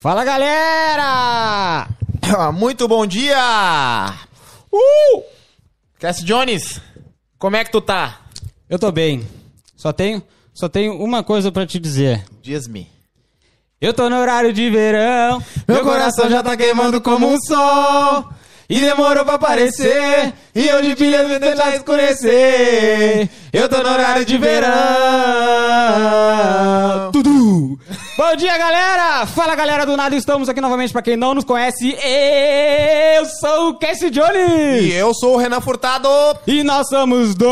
Fala galera! Ah, Muito bom dia! Uh! Cass Jones, como é que tu tá? Eu tô bem. Só tenho, só tenho uma coisa pra te dizer. Diz-me. Eu tô no horário de verão, Meu coração já tá queimando como um sol. e demorou pra aparecer, e eu de pilha me tentar escurecer. Eu tô no horário de verão. Tudu. Bom dia, galera! Fala, galera do nada, estamos aqui novamente pra quem não nos conhece. Eu sou o Cassie E Jones eu sou o Renan Furtado, e nós somos do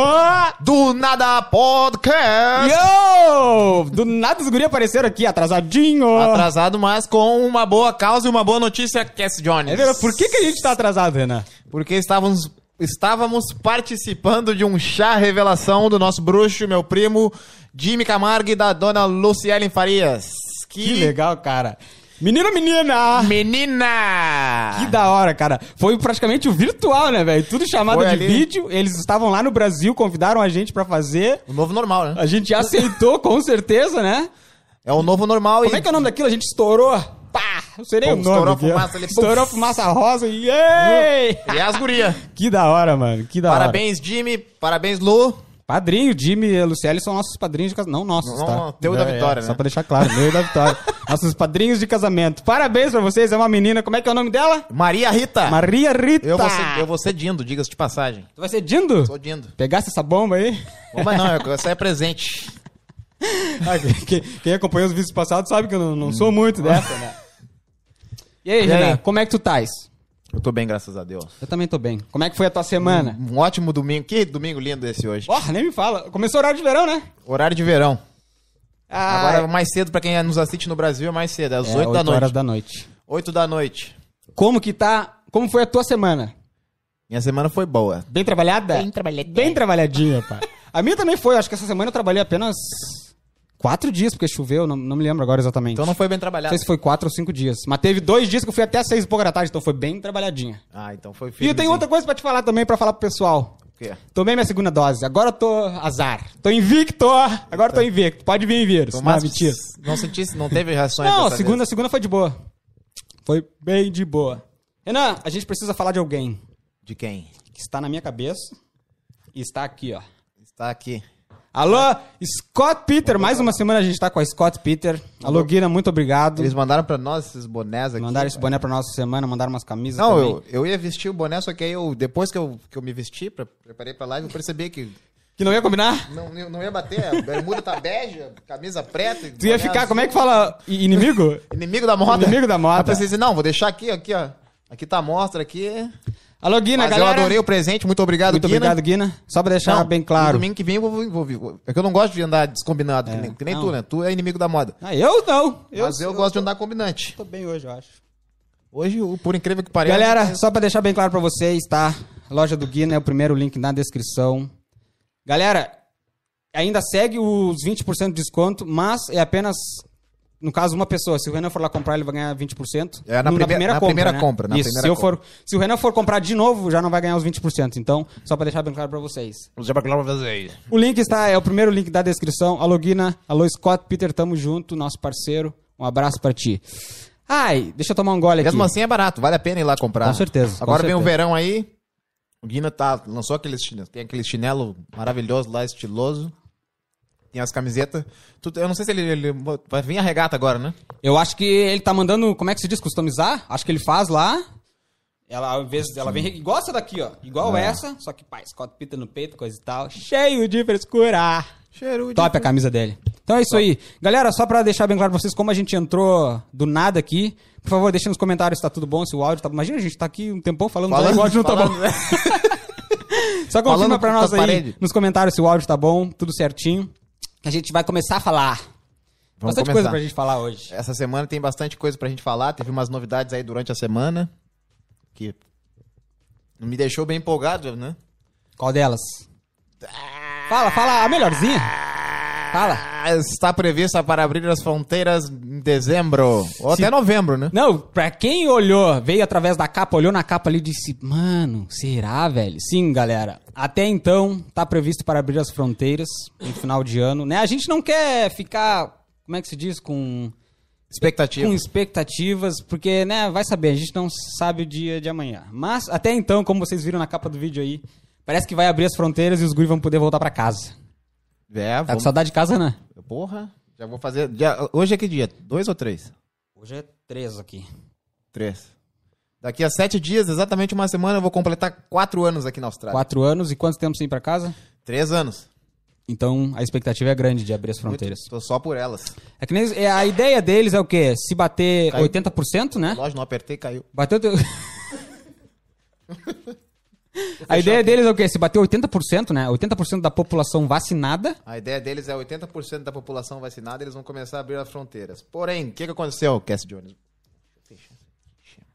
do Nada Podcast. Yo! Do nada os guri apareceram aqui, atrasadinho. Atrasado, mas com uma boa causa e uma boa notícia, Cass Jones. É verdade, por que, que a gente tá atrasado, Renan? Porque estávamos, estávamos participando de um chá revelação do nosso bruxo, meu primo, Jimmy Camargo e da dona Lucielen Farias. Que, Que legal, cara. Menino, menina! Menina! Que da hora, cara. Foi praticamente o virtual, né, velho? Tudo chamado Foi de ali. vídeo. Eles estavam lá no Brasil, convidaram a gente pra fazer. O novo normal, né? A gente aceitou, com certeza, né? É o novo normal Como e... é que é o nome daquilo? A gente estourou. Pá! Não sei nem Pum, o nome. estourou a viu? fumaça ali. Pum. Estourou a fumaça rosa e... Ei! E as guria. Que da hora, mano. Que é? da hora. Parabéns, Jimmy. Parabéns, Lu. Padrinho, Jimmy e Luciele são nossos padrinhos de casamento. Não nossos, Não, tá? não, teu e da Vitória, né? Só pra deixar claro, meu e da Vitória. nossos padrinhos de casamento. Parabéns pra vocês, é uma menina. Como é que é o nome dela? Maria Rita. Maria Rita. Eu, vou ser, eu vou ser Dindo, diga-se de passagem. Tu vai ser Dindo? Sou Dindo. Pegasse essa bomba aí? Mas não, eu- essa é presente. Ah, que- que- quem, acompanhou os vídeos passados sabe que eu não, não sou muito dessa, né? E aí, Hum. E aí? Renan, como é que tu tais? Eu tô bem, graças a Deus. Eu também tô bem. Como é que foi a tua semana? Um ótimo domingo. Que domingo lindo esse hoje. Ó, nem me fala. Começou o horário de verão, né? Horário de verão. Ah, Agora é mais cedo pra quem nos assiste no Brasil, é mais cedo, é às é, 8 da oito noite. horas da noite. 8 da noite. Como que tá... Como foi a tua semana? Minha semana foi boa. Bem trabalhada? Bem trabalhadinha. Bem trabalhadinha, pai. A minha também foi, acho que essa semana eu trabalhei apenas quatro dias, porque choveu, não, não me lembro agora exatamente. Então não foi bem Não trabalhado. sei se foi quatro ou cinco dias. Mas teve dois dias que eu fui até seis e pouco da tarde, então foi bem trabalhadinha. Ah, então foi E eu tenho outra coisa pra te falar também, pra falar pro pessoal. coisa. Tomei minha segunda dose, agora eu tô azar. Tô invicto, agora eu tô invicto. Pode vir vírus. Tomás, Não, mentira. não sentisse, não teve reações Não, dessa segunda, segunda foi de boa. Foi bem de boa. Renan, a gente precisa falar de alguém vez. De quem? que está na minha cabeça e está aqui, ó. Está aqui. Alô, Scott Peter. Mais uma semana a gente tá com a Scott Peter. Alô, Guina, muito obrigado. Eles mandaram pra nós esses bonés aqui. Mandaram esse boné pra nossa semana, mandaram umas camisas Não, também. eu, eu ia vestir o boné, só que aí eu, depois que eu, que eu me vesti, pra, preparei pra live, eu percebi que Que não ia combinar? não, não não ia bater. A bermuda tá bege, a camisa preta. Tu ia ficar, como é que fala? I- Inimigo? Inimigo da moda. Inimigo da moda. Aí Eu pensei assim, não, vou deixar aqui, aqui, ó. Aqui tá a mostra, aqui. Alô, Guina, Mas eu galera. adorei o presente, muito obrigado, muito Guina. obrigado, Guina. Só pra deixar bem claro. no Domingo que vem eu vou, vou- vou- É que eu não gosto de andar descombinado, que nem, que nem não. tu, né? Tu é inimigo da moda. Ah, eu não. Eu, Mas eu, gosto de andar combinante. tô bem hoje, eu acho. Hoje, o- por incrível que pareça. Galera, só pra deixar bem claro pra vocês, tá? Loja do Guina é o primeiro link na descrição. Galera, ainda segue os 20% de desconto, mas é apenas, no caso, uma pessoa. Se o Renan for lá comprar, ele vai ganhar 20%. É, na primeira- na primeira compra, na né? Isso, primeira se, eu for, se o Renan for comprar de novo, já não vai ganhar os 20%. Então, só pra deixar bem claro pra vocês. Já pra claro pra vocês. O link está, é o primeiro link da descrição. Alô, Guina. Alô, Scott, Peter, tamo junto, nosso parceiro. Um abraço pra ti. Ai, deixa eu tomar um gole aqui. Mesmo assim é barato, vale a pena ir lá comprar. Com certeza, com Agora vem o certeza. verão aí. O Guina tá, lançou aqueles chinelos. Tem aquele chinelo maravilhoso lá, estiloso. Tem as camisetas. Tu- Eu não sei se ele, ele- Vai vir a regata agora, né? Eu acho que ele tá mandando, como é que se diz, customizar? Acho que ele faz lá. Ela, ao invés, ela vem e gosta daqui, ó. Igual É. essa, só que, pá, Scott Pita no peito, coisa e tal. Cheio de frescura. Cheiro de- Top a camisa dele. Então é isso aí. Galera, só pra deixar bem claro pra vocês como a gente entrou do nada aqui, por favor, deixa nos comentários se tá tudo bom, se o áudio tá bom. Imagina, a gente tá aqui um tempão falando, Falando- mas o áudio não tá falando- né? bom. Só confirma Falando pra com nós a aí parede. nos comentários se o áudio tá bom, tudo certinho, que a gente vai começar a falar. Vamos Bastante coisa começar. pra gente falar hoje. Essa semana tem bastante coisa pra gente falar. Teve umas novidades aí durante a semana. Que não me deixou bem empolgado, né? Qual delas? Fala, fala a melhorzinha. Fala. Ah, está prevista para abrir as fronteiras em dezembro. Ou Se- até novembro, né? Não, pra quem olhou, veio através da capa, olhou na capa ali e disse: Mano, será, velho? Sim, galera. Até então, tá previsto para abrir as fronteiras no final de ano, né? A gente não quer ficar, como é que se diz, com Expectativa. com expectativas, porque, né, vai saber, a gente não sabe o dia de amanhã. Mas, até então, como vocês viram na capa do vídeo aí, parece que vai abrir as fronteiras e os guri vão poder voltar pra casa. É, Tá com vamos... saudade de casa, né? Porra, já vou fazer. já- Hoje é que dia? Dois ou três? Hoje é três aqui. Três. Daqui a sete dias, exatamente uma semana, eu vou completar quatro anos aqui na Austrália. Quatro anos e quanto tempo sem ir pra casa? Três anos. Então, a expectativa é grande de abrir as Muito- fronteiras. Tô só por elas. É que nem, é, a ideia deles é o quê? Se bater Caiu. 80%, né? Lógico, não apertei, caiu. Bateu. teu- a ideia deles é o quê? Se bater 80%, né? 80% da população vacinada. A ideia deles é 80% da população vacinada, eles vão começar a abrir as fronteiras. Porém, o que, que aconteceu, Cass Jones?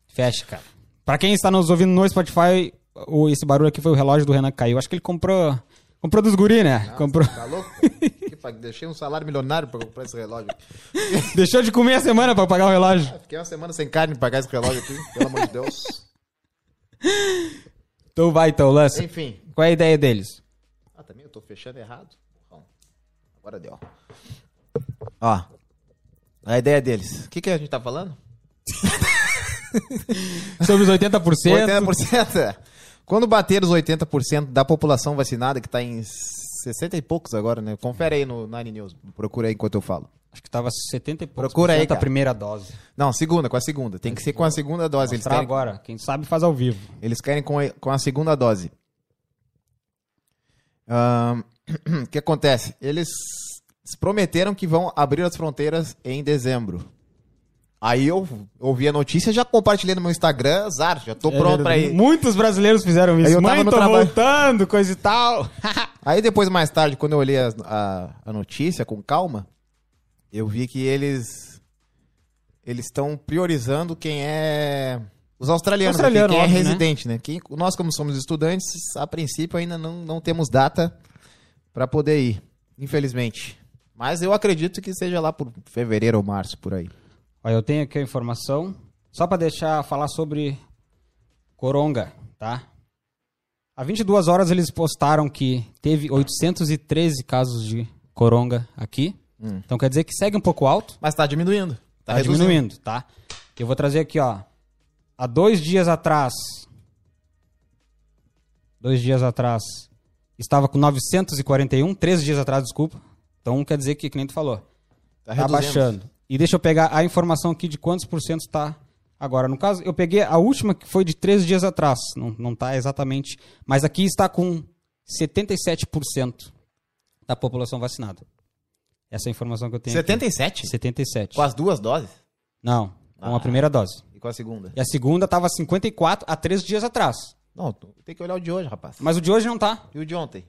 Fecha, cara. Pra quem está nos ouvindo no Spotify, o, esse barulho aqui foi o relógio do Renan que caiu. Acho que ele comprou. Comprou dos guri, né? comprou. Tá louco? Que pa- Deixei um salário milionário pra comprar esse relógio. Deixou de comer a semana pra pagar o relógio. Fiquei uma semana sem carne pra pagar esse relógio aqui, pelo amor de Deus. Então vai, então, lança. Enfim. Qual é a ideia deles? Ah, também eu tô fechando errado. Bom, Agora deu. Ó. A ideia deles. O que, que a gente tá falando? Sobre os 80%. 80%. É. Quando bater os 80% da população vacinada, que tá em 60 e poucos agora, né? Confere aí no Nine News. Procura aí enquanto eu falo. Acho que tava 70 e poucos Procura aí, por cento a cara. primeira dose. Não, segunda, com a segunda. Tem que ser com a segunda dose. Eles Mostrar querem, agora. Quem sabe faz ao vivo. eles querem com, a, com a segunda dose. Ahn, O que acontece? Eles prometeram que vão abrir as fronteiras em dezembro. Aí eu ouvi a notícia, já compartilhei no meu Instagram, Zar, já tô É pronto pra ir. Muitos brasileiros fizeram isso. Aí eu tava Mãe, no tô trabalho. voltando, coisa e tal. Aí depois, mais tarde, quando eu olhei as- a, a notícia com calma, eu vi que eles eles estão priorizando quem é os australianos, aqui, Australiano, quem óbvio, é né? residente, né? Quem, nós, como somos estudantes, a princípio ainda não, não temos data para poder ir, infelizmente. Mas eu acredito que seja lá por fevereiro ou março, por aí. Olha, eu tenho aqui a informação. Só pra deixar falar sobre Coronga, tá? Há 22 horas eles postaram que teve 813 casos de Coronga aqui. Hum. Então quer dizer que segue um pouco alto. Mas tá diminuindo. Tá, Tá, reduzindo. diminuindo, tá? Eu vou trazer aqui, ó. Há dois dias atrás. Dois dias atrás. Estava com 941. Três dias atrás, desculpa. Então quer dizer que, que nem tu falou. Tá Tá, reduzindo. baixando. E deixa eu pegar a informação aqui de quantos por cento tá agora. No caso, eu peguei a última que foi de três dias atrás. Não, não tá exatamente. Mas aqui está com 77% da população vacinada. Essa é a informação que eu tenho. aqui. 77? 77. Com as duas doses? Não, com Ah. a primeira dose. E com a segunda? E a segunda tava 54 há três dias atrás. Não, tem que olhar o de hoje, rapaz. Mas o de hoje não tá. E o de ontem?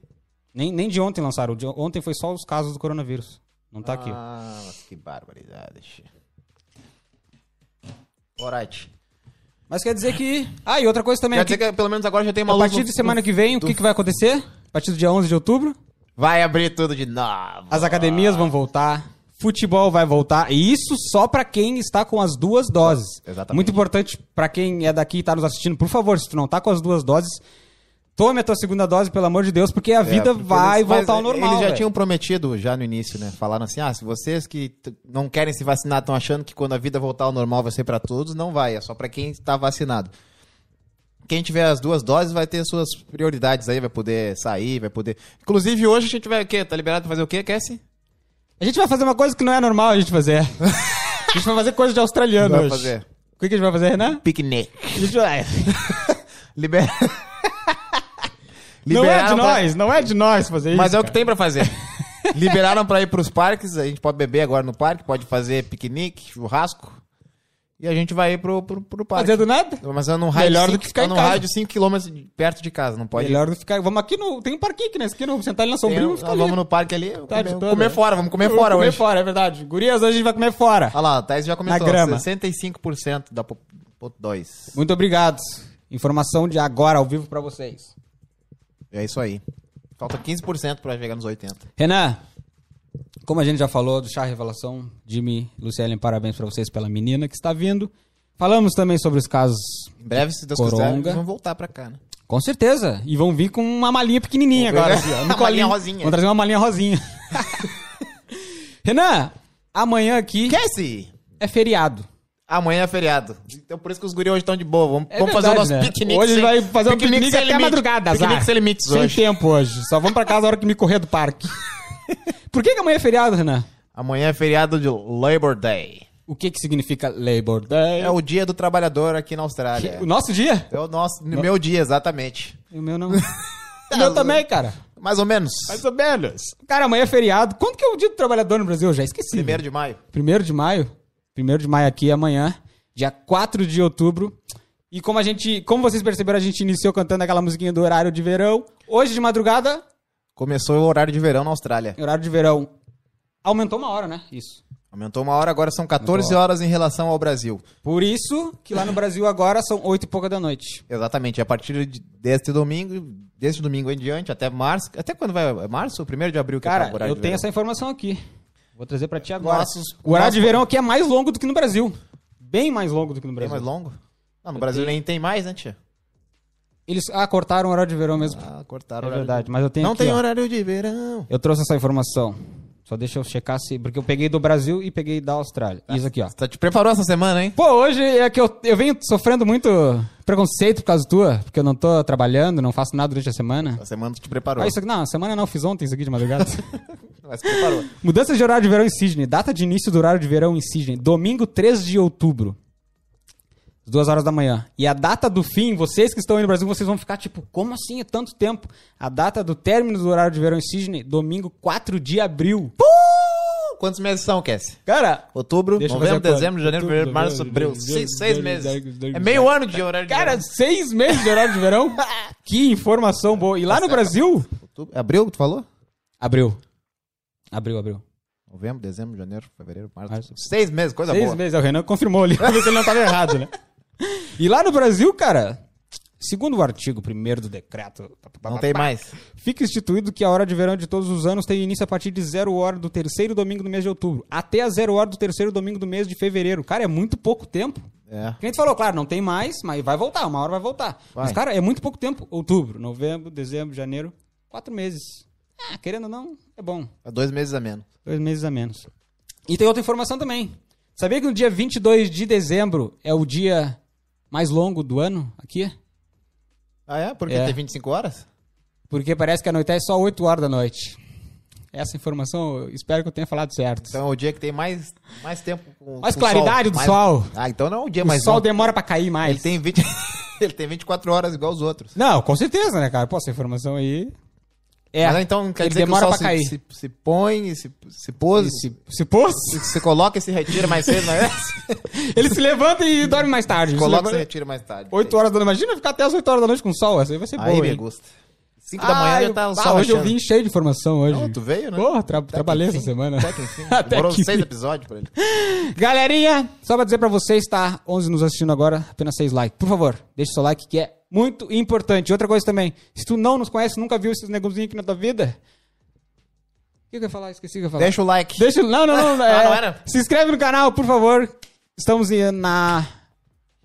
Nem, nem de ontem lançaram. O de ontem foi só os casos do coronavírus. Não tá aqui. Ah, mas que barbaridade. Alright. Mas quer dizer que. Ah, e outra coisa também. Quer aqui- dizer que pelo menos agora já tem uma a luz partir no- de semana no- que vem, o que, que vai acontecer? A partir do dia 11 de outubro, Vai abrir tudo de novo. as academias vão voltar, futebol vai voltar, e isso só pra quem está com as duas doses. Exatamente. Muito importante pra quem é daqui e tá nos assistindo, por favor, se tu não tá com as duas doses, tome a tua segunda dose, pelo amor de Deus, porque a vida É, porque vai eles- voltar ao mas normal. Eles já velho. tinham prometido já no início, né? Falaram assim: ah, se vocês que t- não querem se vacinar estão achando que quando a vida voltar ao normal vai ser pra todos, não vai. É só pra quem está vacinado. Quem tiver as duas doses vai ter suas prioridades aí, vai poder sair, vai poder. Inclusive hoje a gente vai o quê? Tá liberado pra fazer o quê, Cassie? A gente vai fazer uma coisa que não é normal a gente fazer. a gente vai fazer coisa de australiano Vai hoje. fazer. O que, que a gente vai fazer, Renan? Piquenique. A gente vai... Libera... Não é de Liberaram pra- nós, não é de nós fazer Mas isso. é o que tem pra fazer. Liberaram pra ir pros parques, a gente pode beber agora no parque, pode fazer piquenique, churrasco. E a gente vai pro, pro, pro parque. Fazer do Tá nada? Mas é num raio Melhor de do que ficar em num casa. raio de 5km perto de casa, não pode. Melhor não ficar. Vamos aqui no. Tem um parquinho aqui na esquina, vamos sentar ali na Tem- sombrinha e nós ficar ali. vamos no parque ali, Tarde comer, um toda. comer fora, vamos comer Vamos fora comer hoje. Ah. fora, é verdade. Gurias, hoje a gente vai comer fora. Olha lá, a Thais já começou, grama. 65% da po- ponto 2. Muito obrigado. Informação de agora, ao vivo pra vocês. É isso aí. Falta 15% pra chegar nos 80. Renan, como a gente já falou do Chá Revelação, Jimmy e Lucielen, parabéns pra vocês pela menina que está vindo. Falamos também sobre os casos. Em breve, se Deus quiser, Coronga. eles vão voltar pra cá, né? Com certeza. E vão vir com uma malinha pequenininha Vamos agora. ver, né? assim, ó, no Uma colinho. malinha rosinha. Vão trazer uma malinha rosinha. Renan, amanhã aqui. Cassie! é feriado. Amanhã é feriado. Então por isso que os guri hoje estão de boa. Vamos, É vamos fazer o verdade, nosso né? piquenique. Hoje sem- vai fazer um piquenique sem até a limite. madrugada, azar. Piquenique sem limites Sem hoje. tempo hoje. Só vamos pra casa a hora que me correr do parque. Por que, que amanhã é feriado, Renan? Amanhã é feriado de Labor Day. O que que significa Labor Day? É o dia do trabalhador aqui na Austrália. O nosso dia? É o nosso, no meu dia, exatamente. E O meu não. o meu também, cara. Mais ou menos. ou menos. Cara, amanhã é feriado. Quando que é o dia do trabalhador no Brasil? Eu já esqueci. Primeiro de maio. Primeiro de maio? Primeiro de maio aqui amanhã, dia 4 de outubro. E como a gente, como vocês perceberam, a gente iniciou cantando aquela musiquinha do horário de verão. Hoje de madrugada, Começou o horário de verão na Austrália. horário de verão. Aumentou uma hora, né? Isso. Aumentou uma hora, agora são 14 Aumentou horas em relação ao Brasil. Por isso que lá no Brasil agora são oito e pouca da noite. Exatamente. A partir de- deste domingo, deste domingo em diante, até março. Até quando vai? É março? Primeiro de abril que Cara, acaba o tá horário eu de tenho verão. essa informação aqui. Vou trazer pra ti agora. Nossos- o horário nosso- de verão aqui é mais longo do que no Brasil. Bem mais longo do que no Tem Brasil. mais longo? Não, no Brasil nem tem mais, né, tia? Eles ah, cortaram o horário de verão mesmo. Ah, cortaram é o horário verdade, de- mas eu tenho Não aqui, tem ó. horário de verão. Eu trouxe essa informação. Só deixa eu checar se. Porque eu peguei do Brasil e peguei da Austrália. Isso aqui, ó. Você te preparou essa semana, hein? Pô, hoje é que eu, eu venho sofrendo muito preconceito por causa tua, porque eu não tô trabalhando, não faço nada durante a semana. Essa semana tu te preparou. Ah, isso aqui, não, semana não, fiz ontem isso aqui de madrugada. Mas te preparou. Mudança de horário de verão em Sydney. Data de início do horário de verão em Sydney. Domingo 3 de outubro. Às Duas horas da manhã. E a data do fim, vocês que estão aí no Brasil, vocês vão ficar tipo, como assim é tanto tempo? A data do término do horário de verão em Sydney, domingo 4 de abril. Quantos meses são, Cassie? Cara, Outubro, Deixa eu novembro, fazer a dezembro, conta. janeiro, fevereiro, Outubro, março, abril. novembro, Seis, dezembro, seis janeiro, meses. dezembro, É meio ano de horário de Cara, verão. seis meses de horário de verão? que informação boa. E lá no Brasil? Outubro- é abril, tu falou? Abril. Abril, abril. Novembro, dezembro, janeiro, fevereiro, março. Março. Seis meses, coisa seis boa. meses. é, O Renan confirmou ali. Vamos ver se ele não estava errado, né? E lá no Brasil, cara, segundo o artigo 1 do decreto, Não tem mais. fica instituído que a hora de verão de todos os anos tem início a partir de zero hora do terceiro domingo do mês de outubro até a zero hora do terceiro domingo do mês de fevereiro. Cara, é muito pouco tempo. É. Quem tu falou, claro, não tem mais, mas vai voltar, uma hora vai voltar. Vai. Mas, cara, é muito pouco tempo. Outubro, novembro, dezembro, janeiro, quatro meses. Ah, querendo ou não, é bom. É Dois meses a menos. Dois meses a menos. E tem outra informação também. Sabia que no dia 22 de dezembro é o dia mais longo do ano aqui? Ah, é? Porque É. tem 25 horas? Porque parece que anoitece só 8 horas da noite. Essa informação, eu espero que eu tenha falado certo. Então é o dia que tem mais, mais tempo com Mais com claridade do Mais- sol. Ah, então não é um dia o mais sol longo. demora pra cair mais. Ele tem, 20... Ele tem 24 horas igual os outros. Não, com certeza, né, cara? Pô, essa informação aí... É, Mas então quer ele dizer que o demora sol pra se, cair. se, se põe, e se, se pose, se, se pôs... se, se coloca e se retira mais cedo, não é? Ele se levanta e dorme mais tarde. coloca e se se levanta... retira mais tarde. 8 horas da noite. Imagina ficar até as 8 horas da noite com sol. Essa aí vai ser Aí boa. me hein? gusta. 5 da manhã Ah, já tá o ah, sol Hoje eu rachando. vim cheio de informação hoje. Não, tu veio, né? Porra, tra- Até trabalhei essa que enfim, semana. Até que enfim. Até Demorou que seis enfim. episódios pra ele. Galerinha, só pra dizer pra vocês, tá? 11 nos assistindo agora, apenas 6 likes. Por favor, deixa o seu like que é muito importante. Outra coisa também, se tu não nos conhece, nunca viu esses negocinhos aqui na tua vida... O que que eu ia falar? Esqueci o que eu ia falar. Deixa o like. Deixa... Não, não, não. é, não era? Se inscreve no canal, por favor. Estamos em- na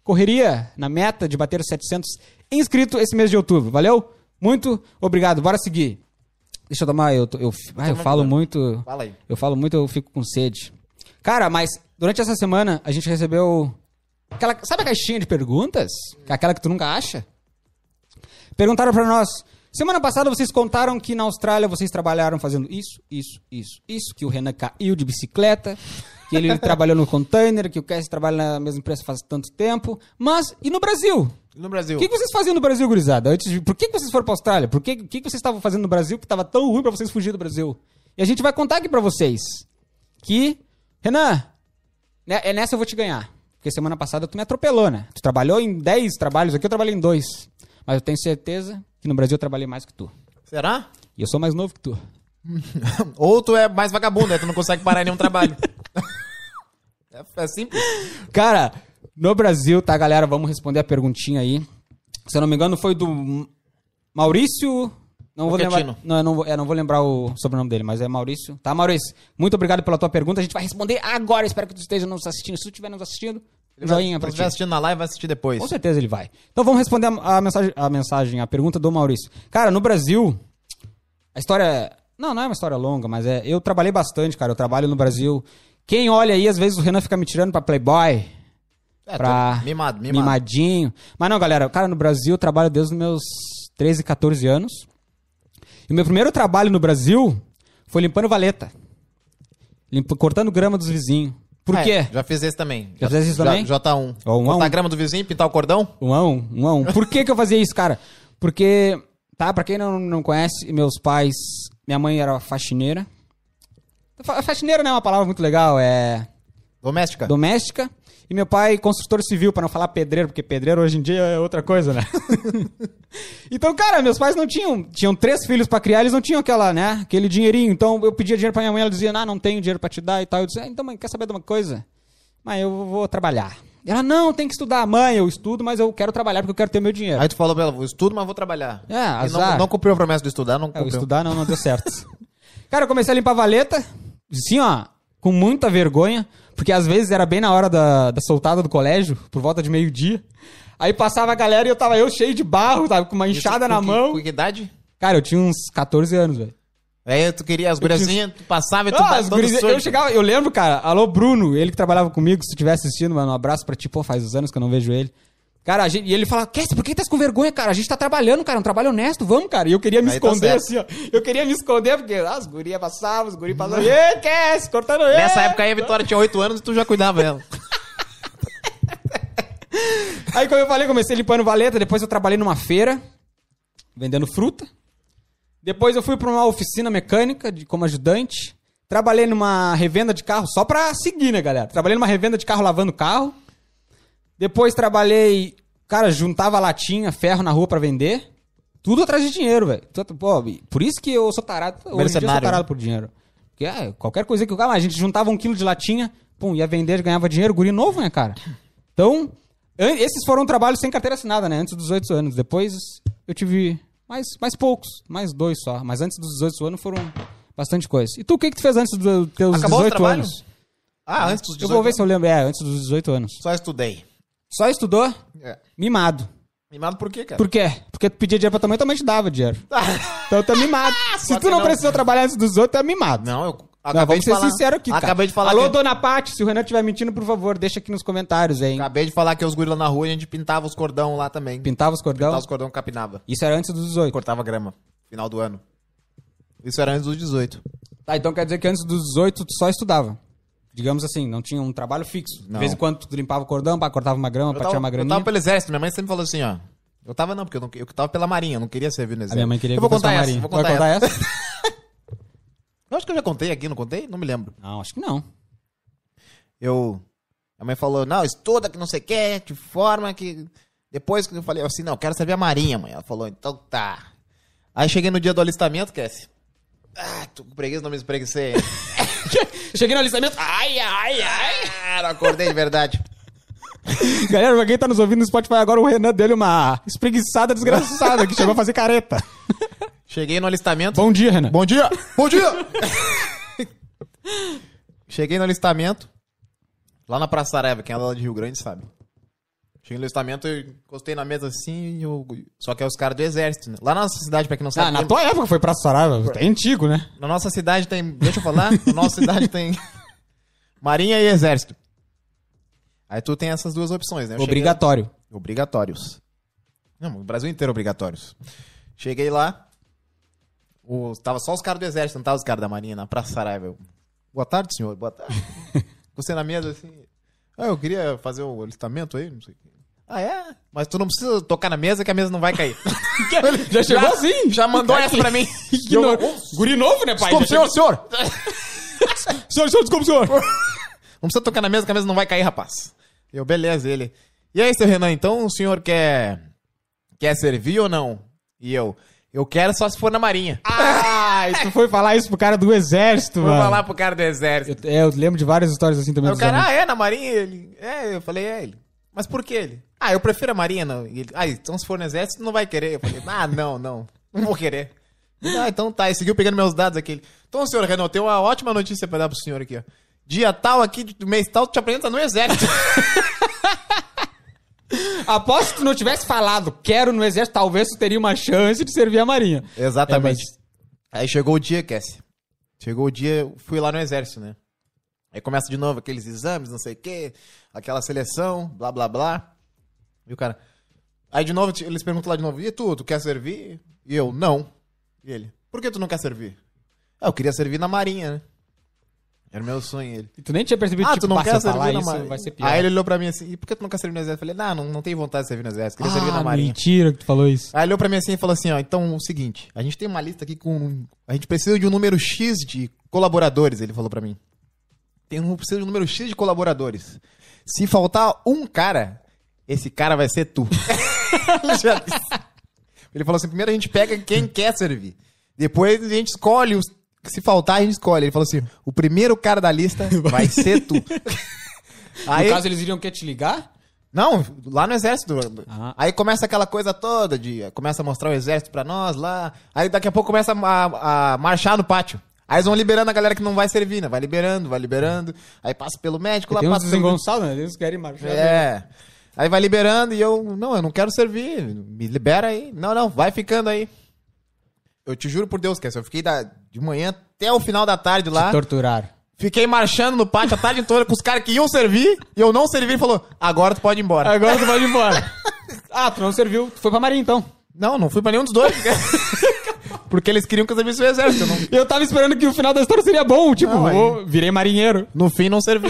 correria, na meta de bater os 700 inscritos esse mês de outubro. Valeu? Muito obrigado. Bora seguir. Deixa eu tomar. Eu, tô- eu, ah, eu falo muito. Fala aí. Eu falo muito, eu fico com sede. Cara, mas durante essa semana a gente recebeu. aquela- sabe a caixinha de perguntas? Aquela que tu nunca acha? Perguntaram pra nós. Semana passada vocês contaram que na Austrália vocês trabalharam fazendo isso, isso, isso, isso, que o Renan caiu de bicicleta, que ele trabalhou no container, que o Cass trabalha na mesma empresa faz tanto tempo. Mas, e no Brasil? No Brasil. O que, que vocês faziam no Brasil, gurizada? Antes de- Por que, que vocês foram pra Austrália? Por que, o que, que vocês estavam fazendo no Brasil que tava tão ruim pra vocês fugir do Brasil? E a gente vai contar aqui pra vocês que... Renan, né, é nessa eu vou te ganhar. Porque semana passada tu me atropelou, né? Tu trabalhou em 10 trabalhos, aqui eu trabalhei em dois. Mas eu tenho certeza que no Brasil eu trabalhei mais que tu. Será? E eu sou mais novo que tu. Ou tu é mais vagabundo, aí tu não consegue parar em nenhum trabalho. é, é simples. Cara, no Brasil, tá, galera? Vamos responder a perguntinha aí. Se eu não me engano, foi do M- Maurício. Não vou Pochettino. lembrar. Não, eu não, vou- é, não vou lembrar o sobrenome dele, mas é Maurício. Tá, Maurício? Muito obrigado pela tua pergunta. A gente vai responder agora. Espero que tu esteja nos assistindo. Se tu estiver nos assistindo, joinha Se tu pra ti. estiver assistindo na live, vai assistir depois. Com certeza ele vai. Então vamos responder a, a mensagem, a mensagem, a pergunta do Maurício. Cara, no Brasil, é, a história. Não, não é uma história longa, mas é. Eu trabalhei bastante, cara. Eu trabalho no Brasil Quem olha aí, às vezes o Renan fica me tirando pra Playboy, É, pra- tô Mimado, mimado. mimadinho. Mas não, galera, cara, no Brasil eu trabalho desde os meus 13, 14 anos. E o meu primeiro trabalho no Brasil foi limpando valeta. Limpa- cortando grama dos vizinhos. Por É, quê? já fiz esse também. Já fez isso também? J1. Ó, um a um. Cortar a grama do vizinho, pintar o cordão? Um a um, um a um. Por que, que eu fazia isso, cara? Porque, tá, pra quem não, não conhece, meus pais. Minha mãe era faxineira. Fa- Faxineira não é uma palavra muito legal, é Doméstica? doméstica. E meu pai, construtor civil, pra não falar pedreiro, porque pedreiro hoje em dia é outra coisa, né? então, cara, meus pais não tinham. Tinham três filhos pra criar, eles não tinham aquela, né? Aquele dinheirinho. Então eu pedia dinheiro pra minha mãe, ela dizia, ah, não tenho dinheiro pra te dar e tal. Eu dizia, ah, então, mãe, quer saber de uma coisa? Mas eu vou trabalhar. Ela, não, tem que estudar. Mãe, eu estudo, mas eu quero trabalhar porque eu quero ter meu dinheiro. Aí tu falou pra ela, "Eu estudo, mas vou trabalhar. É, E azar. Não, não cumpriu a promessa do estudar, não É, eu cumpriu. estudar não, não deu certo. Cara, eu comecei a limpar a valeta, assim, ó, com muita vergonha, porque às vezes era bem na hora da, da soltada do colégio, por volta de meio-dia. Aí passava a galera e eu tava eu cheio de barro, tava com uma Isso enxada com na que- mão. Com que idade? Cara, eu tinha uns 14 anos, velho. Aí tu queria as guriazinhas, tu passava e tu Ah, ah, as guris- eu chegava, eu lembro, cara, alô Bruno, ele que trabalhava comigo, se estiver assistindo, mano, um abraço pra ti, pô, faz uns anos que eu não vejo ele. Cara, a gente- e ele fala, Cassie, por que tá com vergonha, cara? A gente tá trabalhando, cara, um trabalho honesto, vamos, cara. E eu queria me Aí tá esconder, certo. assim, ó. Eu queria me esconder, porque ah, as gurias passavam, os guris passavam, ê, Cassie, cortando ê. Nessa época aí a Vitória tinha 8 anos e tu já cuidava dela. Aí, como eu falei, comecei limpando valeta, depois eu trabalhei numa feira, vendendo fruta. Depois eu fui pra uma oficina mecânica de, como ajudante. Trabalhei numa revenda de carro, só pra seguir, né, galera? Trabalhei numa revenda de carro lavando carro. Depois trabalhei, cara, juntava latinha, ferro na rua pra vender. Tudo atrás de dinheiro, velho. Tanto- pô, Por isso que eu sou tarado. Hoje em dia eu sou Mercenário, tarado né? por dinheiro. Porque é, qualquer coisa que eu. Ah, mas a gente juntava um quilo de latinha, pum, ia vender, ganhava dinheiro, guri novo, né, cara? Então, an- esses foram trabalhos sem carteira assinada, né? Antes dos 18 anos. Depois eu tive mais, mais poucos, mais dois só. Mas antes dos 18 anos foram bastante coisa. E tu, o que, que tu fez antes dos teus Acabou 18 o trabalho? anos? Ah, antes dos Eu 18 vou ver se eu lembro. É, antes dos 18 anos. Só estudei. Só estudou? É. Mimado. Mimado por quê, cara? Por quê? Porque tu pedia dinheiro pra tua mãe, tua mãe te dava dinheiro. Então tu é mimado. Se Claro tu que não não. precisou trabalhar antes dos outros, tu é mimado. Não, eu Não, acabei vamos de ser falar. sinceros aqui, cara. Acabei de falar Alô, que... dona Paty, se o Renan estiver mentindo, por favor, deixa aqui nos comentários, hein. Acabei de falar que os guri lá na rua a gente pintava os cordão lá também. Pintava Pintava os cordão. os cordão capinava. Isso era antes dos 18. Cortava grama. Final do ano. Isso era antes dos 18. Tá, então quer dizer que antes dos 18 tu só estudava. Digamos assim, não tinha um trabalho fixo. De Não. vez em quando tu limpava o cordão, pá, cortava uma grama, Eu pra tava, tirar uma eu graninha. tava pelo exército, minha mãe sempre falou assim, ó. Eu tava não, porque eu, não, eu tava pela marinha, eu não queria servir no A exército. minha mãe queria eu vou que eu fosse contar uma essa, marinha. vou Vai contar essa. contar essa? Eu acho que eu já contei aqui, não contei? Não me lembro. não, acho que não. Eu. A mãe falou, não, estuda que não sei o que, te forma que. Depois que eu falei assim, não, eu quero servir a Marinha, mãe. Ela falou, então tá. Aí cheguei no dia do alistamento, Cassie. Ah, tô com preguiça, não me espreguicei. Cheguei no alistamento. Ai, ai, ai. ah, não acordei de verdade. Galera, pra quem tá nos ouvindo no Spotify agora, o Renan deu uma espreguiçada desgraçada que chegou a fazer careta. Cheguei no alistamento. Bom dia, Renan. Bom dia! Bom dia! Cheguei no alistamento, lá na Praça Areva, quem é lá de Rio Grande sabe. Cheguei no alistamento, eu encostei na mesa assim, e eu... só que é os caras do exército, né? Lá na nossa cidade, pra quem não sabe, Ah, na tem- tua época foi pra Saraiva. É antigo, né? na nossa cidade tem... Deixa eu falar, na nossa cidade tem Marinha e Exército. Aí tu tem essas duas opções, né? Eu cheguei- Obrigatório. Obrigatórios. Não, o Brasil inteiro é obrigatórios. Cheguei lá, os, tava só os caras do exército, não tava os caras da marinha, na Praça Saraiva. Eu, Boa tarde, senhor, boa tarde. Você na mesa assim, ah, eu queria fazer o alistamento aí, não sei o quê. Ah, é? Mas tu não precisa tocar na mesa que a mesa não vai cair. Já chegou já, assim? Já mandou essa pra mim. Que no... Guri novo, né, pai? Já chegou- senhor. senhor, senhor, desculpa, senhor. Não precisa tocar na mesa que a mesa não vai cair, rapaz. Eu, beleza, ele. E aí, seu Renan, então o senhor quer. quer servir ou não? E eu, eu quero só se for na marinha. Ai, tu foi falar isso pro cara do exército, Ah, Vou Ah, mano. falar pro cara do exército. Eu, é, eu lembro de várias histórias assim também. Aí o dos cara, amigos. ah, é, na marinha? Ele, é, eu falei, é ele. Mas por que ele? Ah, eu prefiro a marinha, não. E ele, ah, então se for no exército, não vai querer. Eu falei, ah, não, não, não vou querer. Ah, então tá, e seguiu pegando meus dados aqui. Então, senhor Renan, tem uma ótima notícia pra dar pro senhor aqui, ó. Dia tal aqui, do mês tal, tu te apresenta no exército. Aposto que tu não tivesse falado quero no exército, talvez tu teria uma chance de servir a marinha. É, É, Exatamente. Aí chegou o dia, Cassie. Chegou o dia, eu fui lá no exército, né? Aí começa de novo aqueles exames, não sei o quê, aquela seleção, blá blá blá. E o cara. Aí de novo te- eles perguntam lá de novo: e tu, tu quer servir? E eu, não. E ele, por que tu não quer servir? Ah, eu queria servir na Marinha, né? Era meu sonho ele. E tu nem tinha percebido Ah, tipo, tu não "Bah, se quer eu falar servir na isso, Marinha? vai ser pior. Aí ele olhou pra mim assim, e por que tu não quer servir no exército? Eu falei, não, não, não tenho vontade de servir no exército, Ah, queria servir na Marinha. mentira que tu falou isso. Aí ele olhou pra mim assim e falou assim, ó, então o seguinte, a gente tem uma lista aqui com... A gente precisa de um número X de colaboradores, ele falou pra mim. Tem um, precisa de um número X de colaboradores. Se faltar um cara, esse cara vai ser tu. ele, já disse. Ele falou assim, primeiro a gente pega quem quer servir. Depois a gente escolhe os... Se faltar, a gente escolhe. Ele falou assim, o primeiro cara da lista vai ser tu. no caso, eles iriam quer te ligar? Não, lá no exército. Ah. Aí começa aquela coisa toda de. Começa a mostrar o exército pra nós lá. Aí daqui a pouco começa a, a marchar no pátio. Aí eles vão liberando a galera que não vai servir, né? Vai liberando, vai liberando. Aí passa pelo médico lá, Tem uns passa pelo. desengonçados, né? Eles querem marchar. É. Aí vai liberando e eu. Não, eu não quero servir. Me libera aí. Não, não, vai ficando aí. Eu te juro por Deus, Kess, eu fiquei da, de manhã até o final da tarde lá. Te torturar. Fiquei marchando no pátio a tarde toda com os caras que iam servir e eu não servi e falou: agora tu pode ir embora. Agora tu vai embora. ah, tu não serviu. Tu foi pra Marinha, então. Não, não fui pra nenhum dos dois. Porque eles queriam que eu servisse o exército. eu não- Eu tava esperando que o final da história seria bom. Tipo, Não, aí- ô, virei marinheiro. No fim, não servi.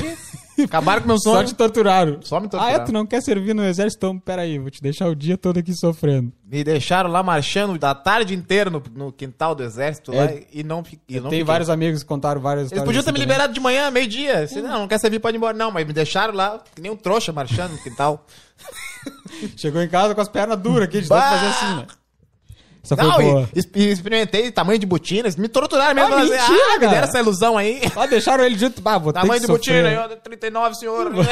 Acabaram com meu Só sonho. te torturaram. Só me Ah, torturaram. é? Tu não quer servir no exército? Então, peraí, vou te deixar o dia todo aqui sofrendo. Me deixaram lá marchando da tarde inteira no, no quintal do exército lá É. e não, fi- e não Tem fiquei. vários amigos que contaram várias Eles histórias. podiam ter assim me também. liberado de manhã, meio-dia. Assim, Não, não quer servir, pode ir embora. Não, mas me deixaram lá, que nem um trouxa, marchando no quintal. Chegou em casa com as pernas duras aqui, de tanto Bah! fazer assim, né? Essa foi Não, boa. e, e experimentei tamanho de botina. eles Me torturaram mesmo. Ah, elas- mentira, ah, me cara. deram essa ilusão aí. Ah, deixaram ele junto. Ah, vou Tamanho ter de que botina, né? sofrer. eu, 39, senhor. né?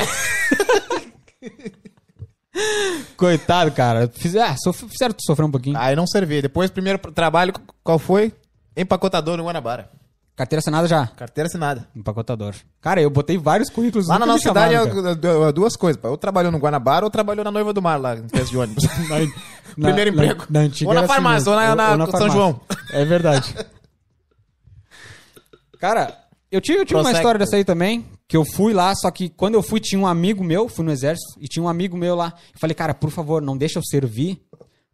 Coitado, cara. Fiz- ah, sof- Fizeram tu sofrer um pouquinho. Aí não servi. Depois, primeiro trabalho, qual foi? Empacotador no Guanabara. Carteira assinada já. Carteira assinada. Empacotador. Cara, eu botei vários currículos. Lá na nunca me nossa cidade, chamaram, cara. eu- eu- eu- duas coisas. pá. Ou trabalhou no Guanabara ou trabalhou na Noiva do Mar, lá, em peça de ônibus. Na- na- Primeiro emprego. na antiga Ou na era assim mesmo. farmácia, ou na- na São farmácia. João. É verdade. Cara, eu tive, eu tive uma Prosecco. história dessa aí também, que eu fui lá, só que quando eu fui, tinha um amigo meu, fui no exército, e tinha um amigo meu lá. Eu falei, cara, por favor, não deixa eu servir,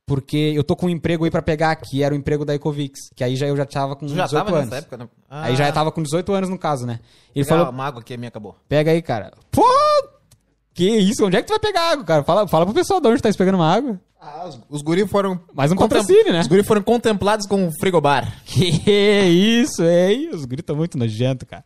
porque eu tô com um emprego aí pra pegar, que era o emprego da Ecovix, que aí já eu já tava Ah. com Tu 18 já tava anos. nessa época? Né? Aí já tava com 18 anos no caso, né? Ele falou, Uma água aqui, a minha acabou. Pega aí, cara. Pô! Que isso? Onde é que tu vai pegar água, cara? Fala, fala pro pessoal de onde tá pegando uma água. Ah, os, os guris foram... Mais um contem- patrocínio, né? Os guris foram contemplados com um frigobar. Que isso, hein? Os gritos muito nojento, cara.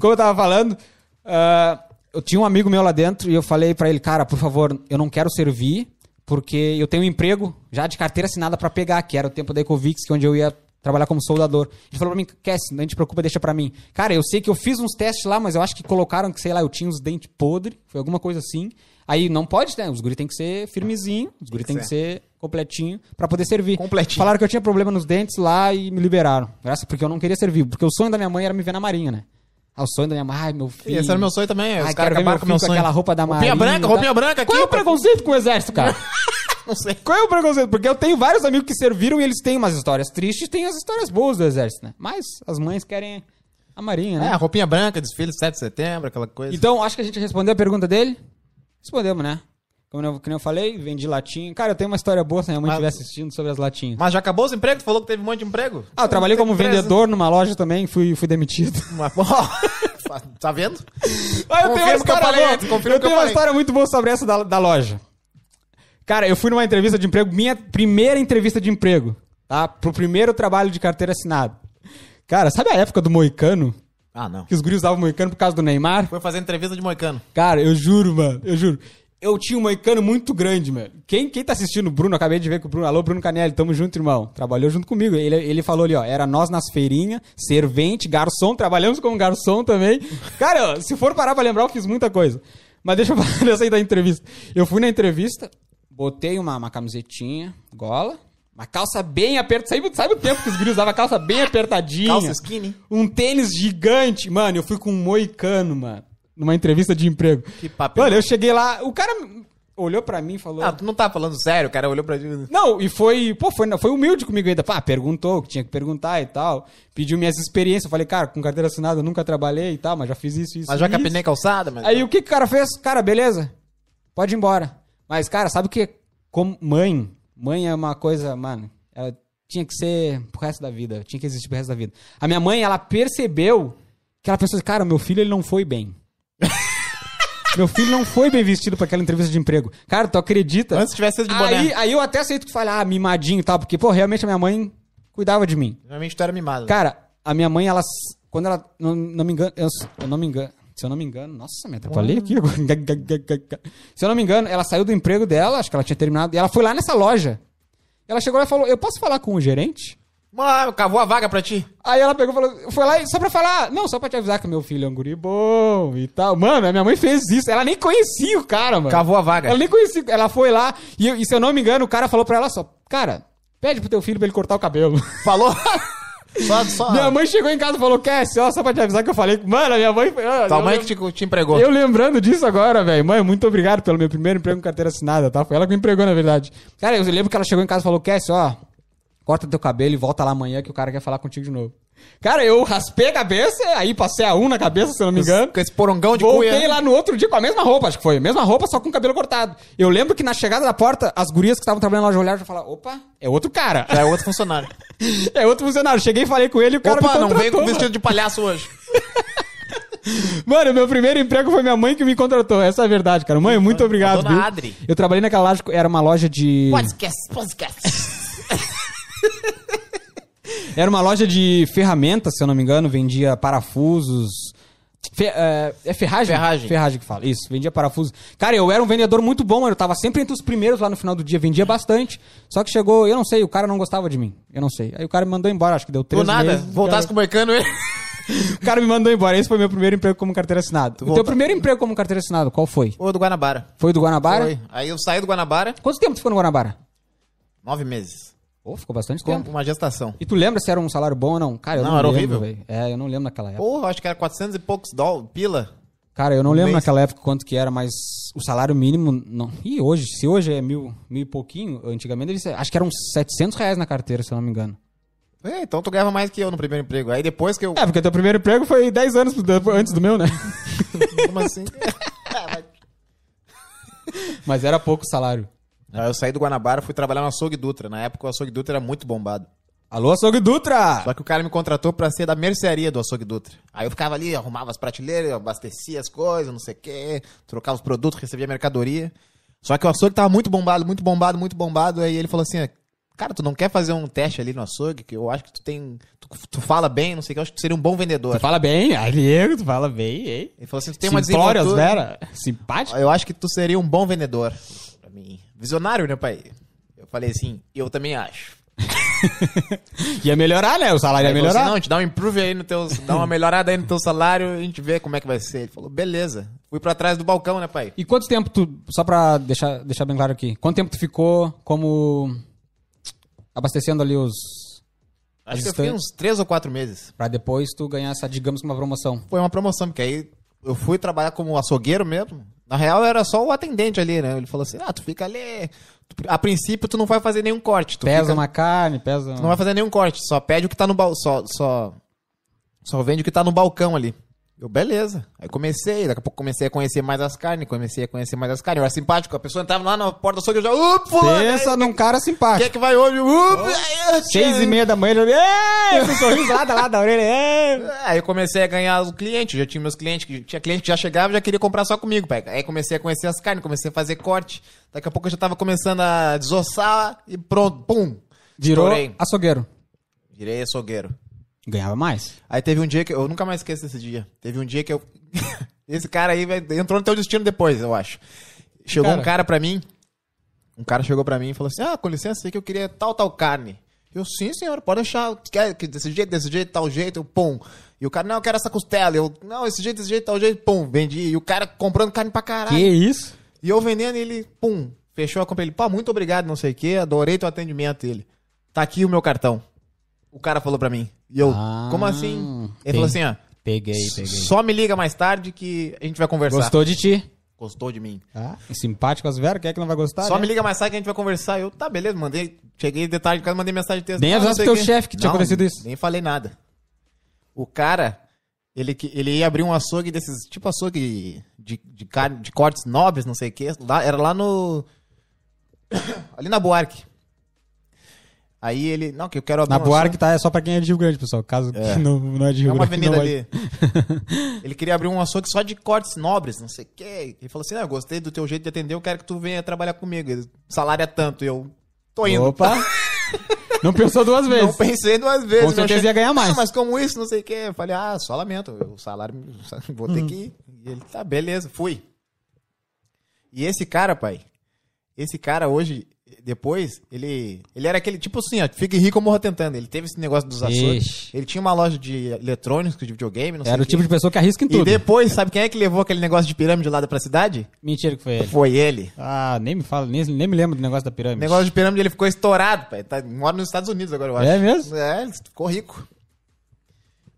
Como eu tava falando, ah, eu tinha um amigo meu lá dentro e eu falei pra ele, cara, por favor, eu não quero servir, porque eu tenho um emprego já de carteira assinada pra pegar, que era o tempo da Ecovix, que é onde eu ia trabalhar como soldador. Ele falou pra mim, Cass, não te preocupa, deixa pra mim. Cara, eu sei que eu fiz uns testes lá, mas eu acho que colocaram que, sei lá, eu tinha uns dentes podres, foi alguma coisa assim. Aí não pode, né? Os guri tem que ser firmezinho, os guri tem que ser completinho pra poder servir. Completinho. Falaram que eu tinha problema nos dentes lá e me liberaram. Graças porque eu não queria servir, porque o sonho da minha mãe era me ver na marinha, né? Ah, o sonho da minha mãe, ai, meu filho. E esse era meu sonho também. Ai, os quero caras ver acabaram com o meu filho sonho. aquela roupa da marinha. roupinha branca, tá? roupinha branca aqui. Qual é o preconceito com o exército, cara? Não sei. Qual é o preconceito? Porque eu tenho vários amigos que serviram e eles têm umas histórias tristes, têm as histórias boas do exército, né? Mas as mães querem a marinha, É, né? a roupinha branca, desfile 7 de setembro, aquela coisa. Então, acho que a gente respondeu a pergunta dele. Respondemos, né? Como eu, que nem eu falei, vendi latinha. Cara, eu tenho uma história boa se minha mãe Mas- estiver assistindo sobre as latinhas. Mas já acabou os empregos? Tu falou que teve um monte de emprego? Ah, eu trabalhei como Empresa. vendedor numa loja também, fui, fui demitido. Mas, né? tá vendo? Ah, eu tenho uma Confirma o que eu história falei boa. antes, confirma Eu o que eu tenho uma falei. história muito boa sobre essa da, da loja. Cara, eu fui numa entrevista de emprego, minha primeira entrevista de emprego, tá? Pro primeiro trabalho de carteira assinada. Cara, sabe a época do Moicano? Ah, não. Que os guris usavam Moicano por causa do Neymar? Foi fazer entrevista de moicano. Cara, eu juro, mano, eu juro. Eu tinha um moicano muito grande, mano. Quem, quem tá assistindo o Bruno, acabei de ver que o Bruno. Alô, Bruno Canelli, tamo junto, irmão. Trabalhou junto comigo. Ele, ele falou ali, ó. Era nós nas feirinhas, servente, garçom, trabalhamos como garçom também. Cara, ó, se for parar pra lembrar, eu fiz muita coisa. Mas deixa eu falar dessa aí da entrevista. Eu fui na entrevista, botei uma, uma camisetinha, gola, uma calça bem apertada. Sabe, sabe o tempo que os guris usavam calça bem apertadinha? Calça skinny. Um tênis gigante. Mano, eu fui com um moicano, mano. Numa entrevista de emprego. Que papel. Mano, eu cheguei lá, o cara. olhou pra mim e falou. Ah, tu não tá falando sério, o cara olhou pra mim. Não, e foi, pô, foi, foi humilde comigo ainda. Pá, perguntou o que tinha que perguntar e tal. Pediu minhas experiências. Eu falei, cara, com carteira assinada eu nunca trabalhei e tal, mas já fiz isso, isso. Mas já isso. capinei calçada, mas. Aí o que, que o cara fez? Cara, beleza. Pode ir embora. Mas, cara, sabe o que? Como mãe, mãe é uma coisa, mano, ela tinha que ser pro resto da vida, tinha que existir pro resto da vida. A minha mãe, ela percebeu que ela pensou assim, cara, meu filho ele não foi bem. meu filho não foi bem vestido pra aquela entrevista de emprego. Cara, tu acredita? Antes tivesse sido de boné. aí, aí eu até aceito que tu fale, ah, mimadinho e tal, porque, pô, realmente a minha mãe cuidava de mim. Geralmente tu era mimado. Cara, a minha mãe, ela. s- Quando ela. Não, não me engano. Eu, eu não me engano. Se eu não me engano. Nossa, me atrapalhei aqui agora. Se eu não me engano, ela saiu do emprego dela, acho que ela tinha terminado. E ela foi lá nessa loja. Ela chegou lá e falou: Eu posso falar com o gerente? Mano, cavou a vaga pra ti. Aí ela pegou e falou: Foi lá e- só pra falar. Não, só pra te avisar que meu filho é um guri bom e tal. Mano, a minha mãe fez isso. Ela nem conhecia o cara, mano. Cavou né? a vaga. Ela nem conhecia. Ela foi lá e, eu- e se eu não me engano, o cara falou pra ela só: Cara, pede pro teu filho pra ele cortar o cabelo. Falou? só, só. Minha mãe chegou em casa e falou, Cass, ó, só pra te avisar que eu falei. Mano, a minha mãe. ah, Tua eu mãe lem- que te, te empregou. Eu lembrando disso agora, velho. Mãe, muito obrigado pelo meu primeiro emprego com carteira assinada, tá? Foi ela que me empregou, na verdade. Cara, eu lembro que ela chegou em casa e falou, Cass, ó, corta teu cabelo e volta lá amanhã que o cara quer falar contigo de novo. Cara, eu raspei a cabeça, aí passei a um na cabeça, se eu não me engano. Com esse porongão de Voltei cuia. né? lá no outro dia com a mesma roupa, acho que foi. Mesma roupa, só com o cabelo cortado. Eu lembro que na chegada da porta, as gurias que estavam trabalhando lá já olharam e já falaram, opa, é outro cara. Já é outro funcionário. É outro funcionário. Cheguei e falei com ele e o cara Opa, me não contratou. veio com mano. vestido de palhaço hoje. Mano, meu primeiro emprego foi minha mãe que me contratou. Essa é a verdade, cara. Mãe, muito obrigado. dona viu? Adri. Eu trabalhei naquela loja, era uma loja de. Podcast, podcast. Era uma loja de ferramentas, se eu não me engano. Vendia parafusos. Fe- é, é ferragem? Ferragem. Ferragem que fala. Isso, vendia parafusos. Cara, eu era um vendedor muito bom, eu tava sempre entre os primeiros lá no final do dia, vendia bastante. Só que chegou, eu não sei, o cara não gostava de mim. Eu não sei. Aí o cara me mandou embora, acho que deu três Do nada, meses. voltasse com o Moicano ele. O cara me mandou embora. Esse foi meu primeiro emprego como carteira assinada. O teu volta- primeiro emprego como carteira assinada, qual foi? Ou do Guanabara. Foi do Guanabara? Foi. Aí eu saí do Guanabara, Quanto tempo tu ficou no Guanabara? nove meses. Pô, ficou bastante Com tempo. uma gestação. E tu lembra se era um salário bom ou não? Cara, eu não, Não, era lembro, velho. horrível. É, eu não lembro naquela época. Porra, acho que era 400 e poucos dólares, pila. Cara, eu não lembro mês. naquela época quanto que era, mas o salário mínimo... Não. E hoje, se hoje é mil, mil e pouquinho, antigamente, eles- acho que eram uns 700 reais na carteira, se eu não me engano. É, então tu ganhava mais que eu no primeiro emprego. Aí depois que eu. É, porque teu primeiro emprego foi 10 anos do- antes do meu, né? Como assim? mas era pouco o salário. Aí eu saí do Guanabara, fui trabalhar no Açougue Dutra. Na época o Açougue Dutra era muito bombado. Alô, Açougue Dutra! Só que o cara me contratou pra ser da mercearia do Açougue Dutra. Aí eu ficava ali, arrumava as prateleiras, eu abastecia as coisas, não sei o quê, trocava os produtos, recebia mercadoria. Só que o açougue tava muito bombado, muito bombado, muito bombado. Aí ele falou assim: Cara, tu não quer fazer um teste ali no açougue? Que eu acho que tu tem. Tu, tu fala bem, não sei o que, eu acho que tu seria um bom Tu vendedor. fala bem, Diego, tu fala bem, hein? Ele falou assim: Tu tem uma Simplórias, desenvoltura. Vera. Simpática. Eu acho que tu seria um bom vendedor. Pra mim. Visionário, né, pai? Eu falei assim: Eu também acho. Ia melhorar, né? O salário ia Ele falou melhorar. assim, não, a gente dá um improve aí no teu. Dá uma melhorada aí no teu salário, a gente vê como é que vai ser. Ele falou, beleza. Fui pra trás do balcão, né, pai? E quanto tempo tu. Só pra deixar, deixar bem claro aqui. Quanto tempo tu ficou como. abastecendo ali os. Acho Mas que eu fiquei isso- uns três ou quatro meses. Pra depois tu ganhar essa, digamos, que uma promoção. Foi uma promoção, porque aí eu fui trabalhar como açougueiro mesmo. Na real, era só o atendente ali, né? Ele falou assim: ah, tu fica ali. tu- a princípio, tu não vai fazer nenhum corte. Tu pesa fica- uma carne, pesa. um Tu não é vai fazer nenhum corte, só pede o que tá no balcão. Só, só, só vende o que tá no balcão ali. Eu, beleza. Aí comecei, daqui a pouco comecei a conhecer mais as carnes, comecei a conhecer mais as carnes. Eu era simpático, a pessoa entrava lá na porta do açougue, eu já. Ufa! Pensa num cara Quem é simpático. que vai hoje? é Ufa! Seis e meia da manhã, ele. "Ei!" Com um sorriso lá da, lá da orelha. "Ei!" Aí eu comecei a ganhar os clientes, já tinha meus clientes, que tinha cliente que já chegava e já queria comprar só comigo, pai. Aí comecei a conhecer as carnes, comecei a fazer corte. Daqui a pouco eu já tava começando a desossar e pronto, pum! Virou Estourei. açougueiro. Virei açougueiro. Ganhava mais. Aí teve um dia que. Eu nunca mais esqueço esse dia. Teve um dia que eu. esse cara aí vai- entrou no teu destino depois, eu acho. Chegou Cara. um cara pra mim. Um cara chegou pra mim e falou assim: Ah, com licença, sei que eu queria tal, tal carne. Eu, sim, senhor, pode deixar. Quer que desse jeito, desse jeito, tal jeito, eu, pum. E o cara, não, eu quero essa costela. Eu, não, esse jeito, desse jeito, tal jeito, pum. Vendi. E o cara comprando carne pra caralho. Que isso? E eu vendendo ele, pum, fechou a compra. Ele, pá, muito obrigado, não sei o quê, adorei teu atendimento. Ele, tá aqui o meu cartão. O cara falou pra mim. E eu, Ah, como assim? Ele tem- falou assim, ó, Peguei, só me liga mais tarde que a gente vai conversar. Gostou de ti? Gostou de mim. Ah, simpático as veras, quem é que não vai gostar? Só né? me liga mais tarde que a gente vai conversar. Eu, tá, beleza, mandei. Cheguei de tarde de casa, mandei mensagem de texto. Nem Ah, não avisasse sei teu o quê. chefe que tinha Não, acontecido isso. Nem falei nada. O cara, ele, que- ele ia abrir um açougue desses, tipo açougue de, de, carne, de cortes nobres, não sei o quê. Lá, era lá no. ali na Buarque. Aí ele. Não, que eu quero abrir Na um Buarque tá, é só pra quem é de Rio Grande, pessoal. Caso que não, não é de Rio É uma Grande. avenida não vai- ali. Ele queria abrir um açougue só de cortes nobres, não sei o quê. Ele falou assim: ah, eu gostei do teu jeito de atender, eu quero que tu venha trabalhar comigo. Ele, salário é tanto. E eu tô indo. Opa! não pensou duas vezes. Não pensei duas vezes. Com não certeza achei- ia ganhar mais. Ah, mas como isso, não sei o quê. Eu falei, ah, só lamento. O salário, vou Hum. ter que ir. E ele, tá, beleza, fui. E esse cara, pai, esse cara hoje, depois, ele, ele era aquele tipo assim, ó, fique rico ou morra tentando. Ele teve esse negócio dos açougues. Ixi. Ele tinha uma loja de eletrônicos, de videogame, não sei Era o quê. tipo de pessoa que arrisca em E tudo. depois, sabe quem é que levou aquele negócio de pirâmide lá pra cidade? Mentira que foi ele. Foi ele. Ah, nem me fala, nem, nem me lembro do negócio da O pirâmide. negócio de pirâmide ele ficou estourado, pai. Tá, mora nos Estados Unidos agora, eu acho. É mesmo? É, ele ficou rico.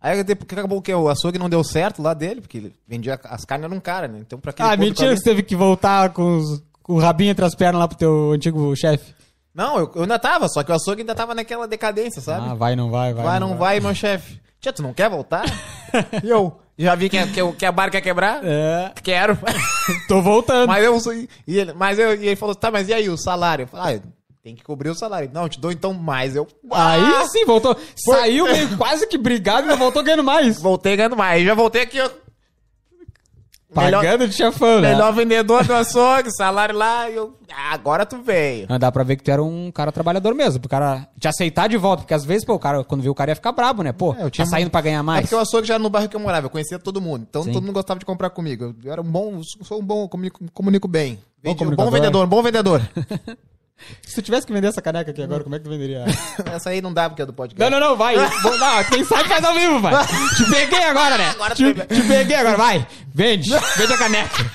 Aí depois, acabou que o açougue não deu certo lá dele, porque ele vendia as carnes era um cara, né? Então pra aquele Ah, público mentira ali- que você teve que voltar com, os- com o rabinho entre as pernas lá pro teu antigo chefe. Não, eu, eu ainda tava, só que o açougue ainda tava naquela decadência, sabe? Ah, vai, não vai, vai. vai, não vai, meu chefe. Tia, tu não quer voltar? e eu, já vi que, a- que, eu- que a barca quer quebrar? É, Quero. tô voltando. mas eu sou- e ele, mas eu, e ele falou, tá, mas e aí o salário? Eu falei, ah, tem que cobrir o salário. Não, eu te dou então mais. Eu, ah! Aí sim, voltou. Saiu meio quase que brigado e não voltou ganhando mais. Voltei ganhando mais. Já voltei aqui, ó. Pagando de chefão, né? Melhor vendedor do açougue, salário lá, e eu. Ah, agora tu veio. Mas dá pra ver que tu era um cara trabalhador mesmo, pro cara te aceitar de volta, porque às vezes, pô, o cara, quando viu o cara ia ficar brabo, né? Pô, É, eu tá tinha- saindo pra ganhar É mais. porque o açougue já era no bairro que eu morava, eu conhecia todo mundo. Então todo mundo gostava de comprar comigo. Eu- Eu era um bom, sou um bom, comunico, comunico bem. Vendi- um comunicador. bom vendedor, um bom vendedor. Se tu tivesse que vender essa caneca aqui agora, como é que tu venderia? Essa aí não dá porque é do não, podcast. não, não, vai. Bo- não, quem sabe faz ao vivo, vai. Te peguei agora, né? Agora te, tu pegou. te peguei agora, vai. Vende, vende a caneca.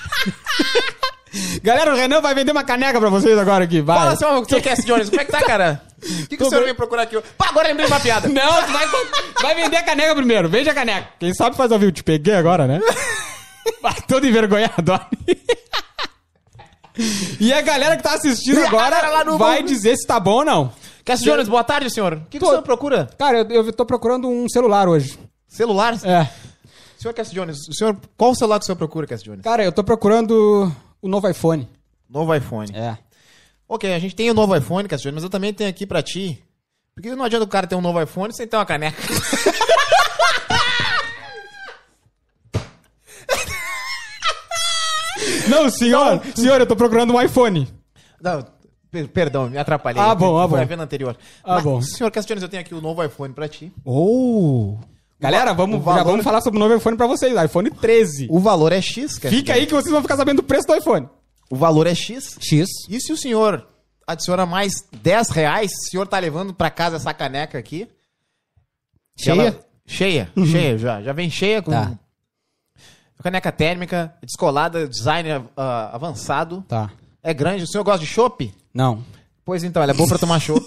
Galera, o Renan vai vender uma caneca pra vocês agora aqui, vai. Fala, seu, seu Cass Jones, como é que tá, cara? O que, que o senhor bem. veio procurar aqui? Pá, agora lembrei de uma piada. Não, tu vai, vai vender a caneca primeiro. Vende a caneca. Quem sabe faz ao vivo. Te peguei agora, né? Vai todo envergonhado. ó. E a galera que tá assistindo E a agora galera lá no- vai dizer se tá bom ou não. Cass Jones, boa tarde, senhor. O que, que o Tô- senhor procura? Cara, eu, eu tô procurando um celular hoje. Celular? É. Senhor Cass Jones, o senhor, qual o celular que o senhor procura, Cass Jones? Cara, eu tô procurando o novo iPhone. Novo iPhone. É. Ok, a gente tem o novo iPhone, Cassiano, mas eu também tenho aqui pra ti. Porque não adianta o cara ter um novo iPhone sem ter uma caneca. Não, senhor, senhor, eu tô procurando um iPhone. Não, per- perdão, me atrapalhei. Ah, bom, ah, Foi bom. a venda anterior. Ah, bom. Senhor Cassiano, eu tenho aqui o novo iPhone pra ti. Oh. Galera, vamos, o valor- já vamos falar sobre o novo iPhone pra vocês. iPhone 13. O valor é X, Cassiano. Fica aí que vocês vão ficar sabendo o preço do iPhone. O valor é X. X. E se o senhor adiciona mais 10 reais, o senhor tá levando pra casa essa caneca aqui. Cheia? Uhum. Ela- Cheia, cheia já. Já vem cheia com... Tá. Caneca térmica, descolada, design ah, avançado. Tá. É grande. O senhor gosta de chopp? Não. Pois então, ela é boa pra tomar chopp.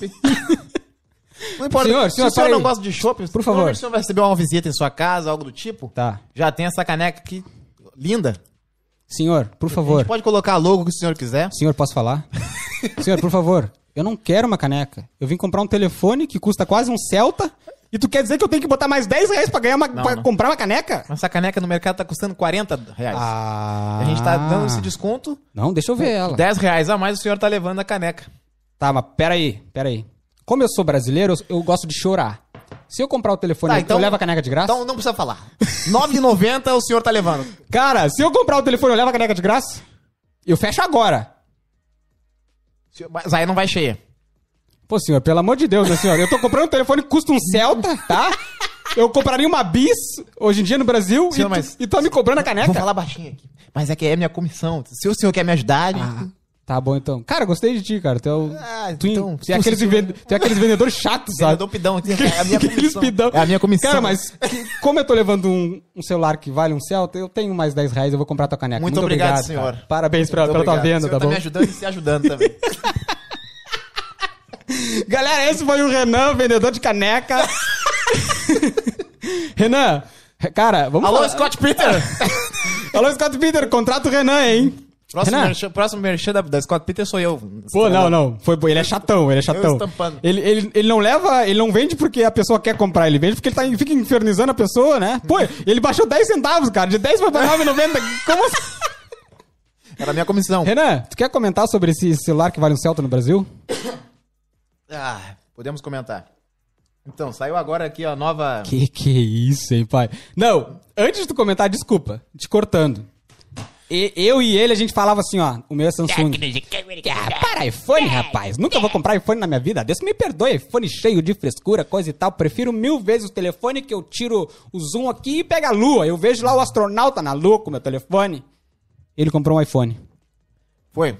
Não importa. Senhor, se senhor, o senhor para não aí. gosta de chopp, favor. provavelmente o senhor vai receber uma visita em sua casa, algo do tipo. Tá. Já tem essa caneca aqui, linda. Senhor, por A favor. gente pode colocar a logo que o senhor quiser. Senhor, posso falar? senhor, por favor. Eu não quero uma caneca. Eu vim comprar um telefone que custa quase um Celta. E tu quer dizer que eu tenho que botar mais 10 reais pra, ganhar uma, pra não. comprar uma caneca? Essa caneca no mercado tá custando 40 reais. Ah. A gente tá dando esse desconto. Não, deixa eu ver ela. 10 reais a mais o senhor tá levando a caneca. Tá, mas peraí, peraí. Como eu sou brasileiro, eu, eu gosto de chorar. Se eu comprar o telefone, Tá, eu levo a caneca de graça? Então não precisa falar. 9,90 o senhor tá levando. Cara, se eu comprar o telefone, eu levo a caneca de graça? Eu fecho agora. Mas aí não vai cheia. Pô, senhor, pelo amor de Deus, né, senhor? Eu tô comprando um telefone que custa um Celta, tá? Eu compraria uma bis hoje em dia no Brasil e, Senhor, tu- mas- e tá me cobrando a caneca. Vou falar baixinho aqui. Mas é que é minha comissão. Se o senhor quer me ajudar, Ah, tá bom então. Cara, gostei de ti, cara. Tu é, o- Ah, tu, então, tu é aqueles, tu- vende- tu é aqueles vendedores chatos, Eu sabe? dou pidão aqui. É a minha Aqueles comissão. pidão. É a minha comissão. Cara, mas que- como eu tô levando um, um celular que vale um Celta, eu tenho mais 10 reais, eu vou comprar tua caneca. Muito obrigado, senhor. cara. Parabéns pela, Muito pela tua obrigado. venda, O senhor tá tá bom? me ajudando e se ajudando também. Galera, esse foi o Renan, vendedor de caneca. Renan, cara, vamos Alô, falar- Scott Peter! Alô, Scott Peter, contrata o Renan, hein? Próximo Renan. merchan, próximo merchan da, da Scott Peter sou eu. Pô, não, não. Foi bom. Ele é chatão, ele é chatão. estampando. Ele, ele, ele não leva, ele não vende porque a pessoa quer comprar, ele vende porque ele tá, em- fica infernizando a pessoa, né? Pô, ele baixou 10 centavos, cara. De 10 pra 9,90. Como assim? Era a minha comissão. Renan, tu quer comentar sobre esse celular que vale um Celta no Brasil? Ah, podemos comentar. Então, saiu agora aqui a nova. Que que é isso, hein, pai? Não, antes de tu comentar, desculpa, te cortando. E- eu e ele, a gente falava assim, ó, o meu é Samsung. Ah, para iPhone, rapaz. Nunca vou comprar iPhone na minha vida. Deus me perdoe, iPhone cheio de frescura, coisa e tal. Prefiro mil vezes o telefone que eu tiro o zoom aqui e pega a lua. Eu vejo lá o astronauta na lua com o meu telefone. Ele comprou um iPhone. Foi.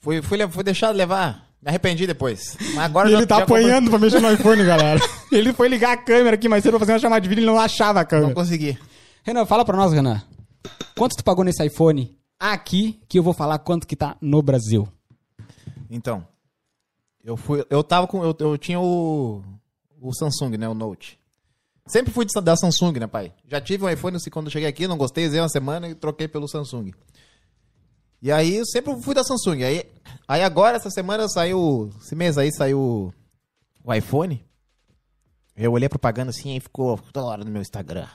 Fui, fui, le- fui deixado levar. Me arrependi depois. Mas agora E já- ele tá já compre- apanhando pra mexer no iPhone, galera. ele foi ligar a câmera aqui mais cedo pra fazer uma chamada de vídeo e ele não achava a câmera. Não consegui. Renan, fala pra nós, Renan. Quanto tu pagou nesse iPhone aqui que eu vou falar quanto que tá no Brasil? Então. Eu fui. Eu tava com. Eu, eu tinha o. O Samsung, né? O Note. Sempre fui de- da Samsung, né, pai? Já tive um iPhone assim, quando eu cheguei aqui, não gostei, usei uma semana e troquei pelo Samsung. E aí eu sempre fui da Samsung. Aí, aí agora, essa semana, saiu. Esse mês aí saiu o iPhone. Eu olhei a propaganda assim e ficou toda hora no meu Instagram.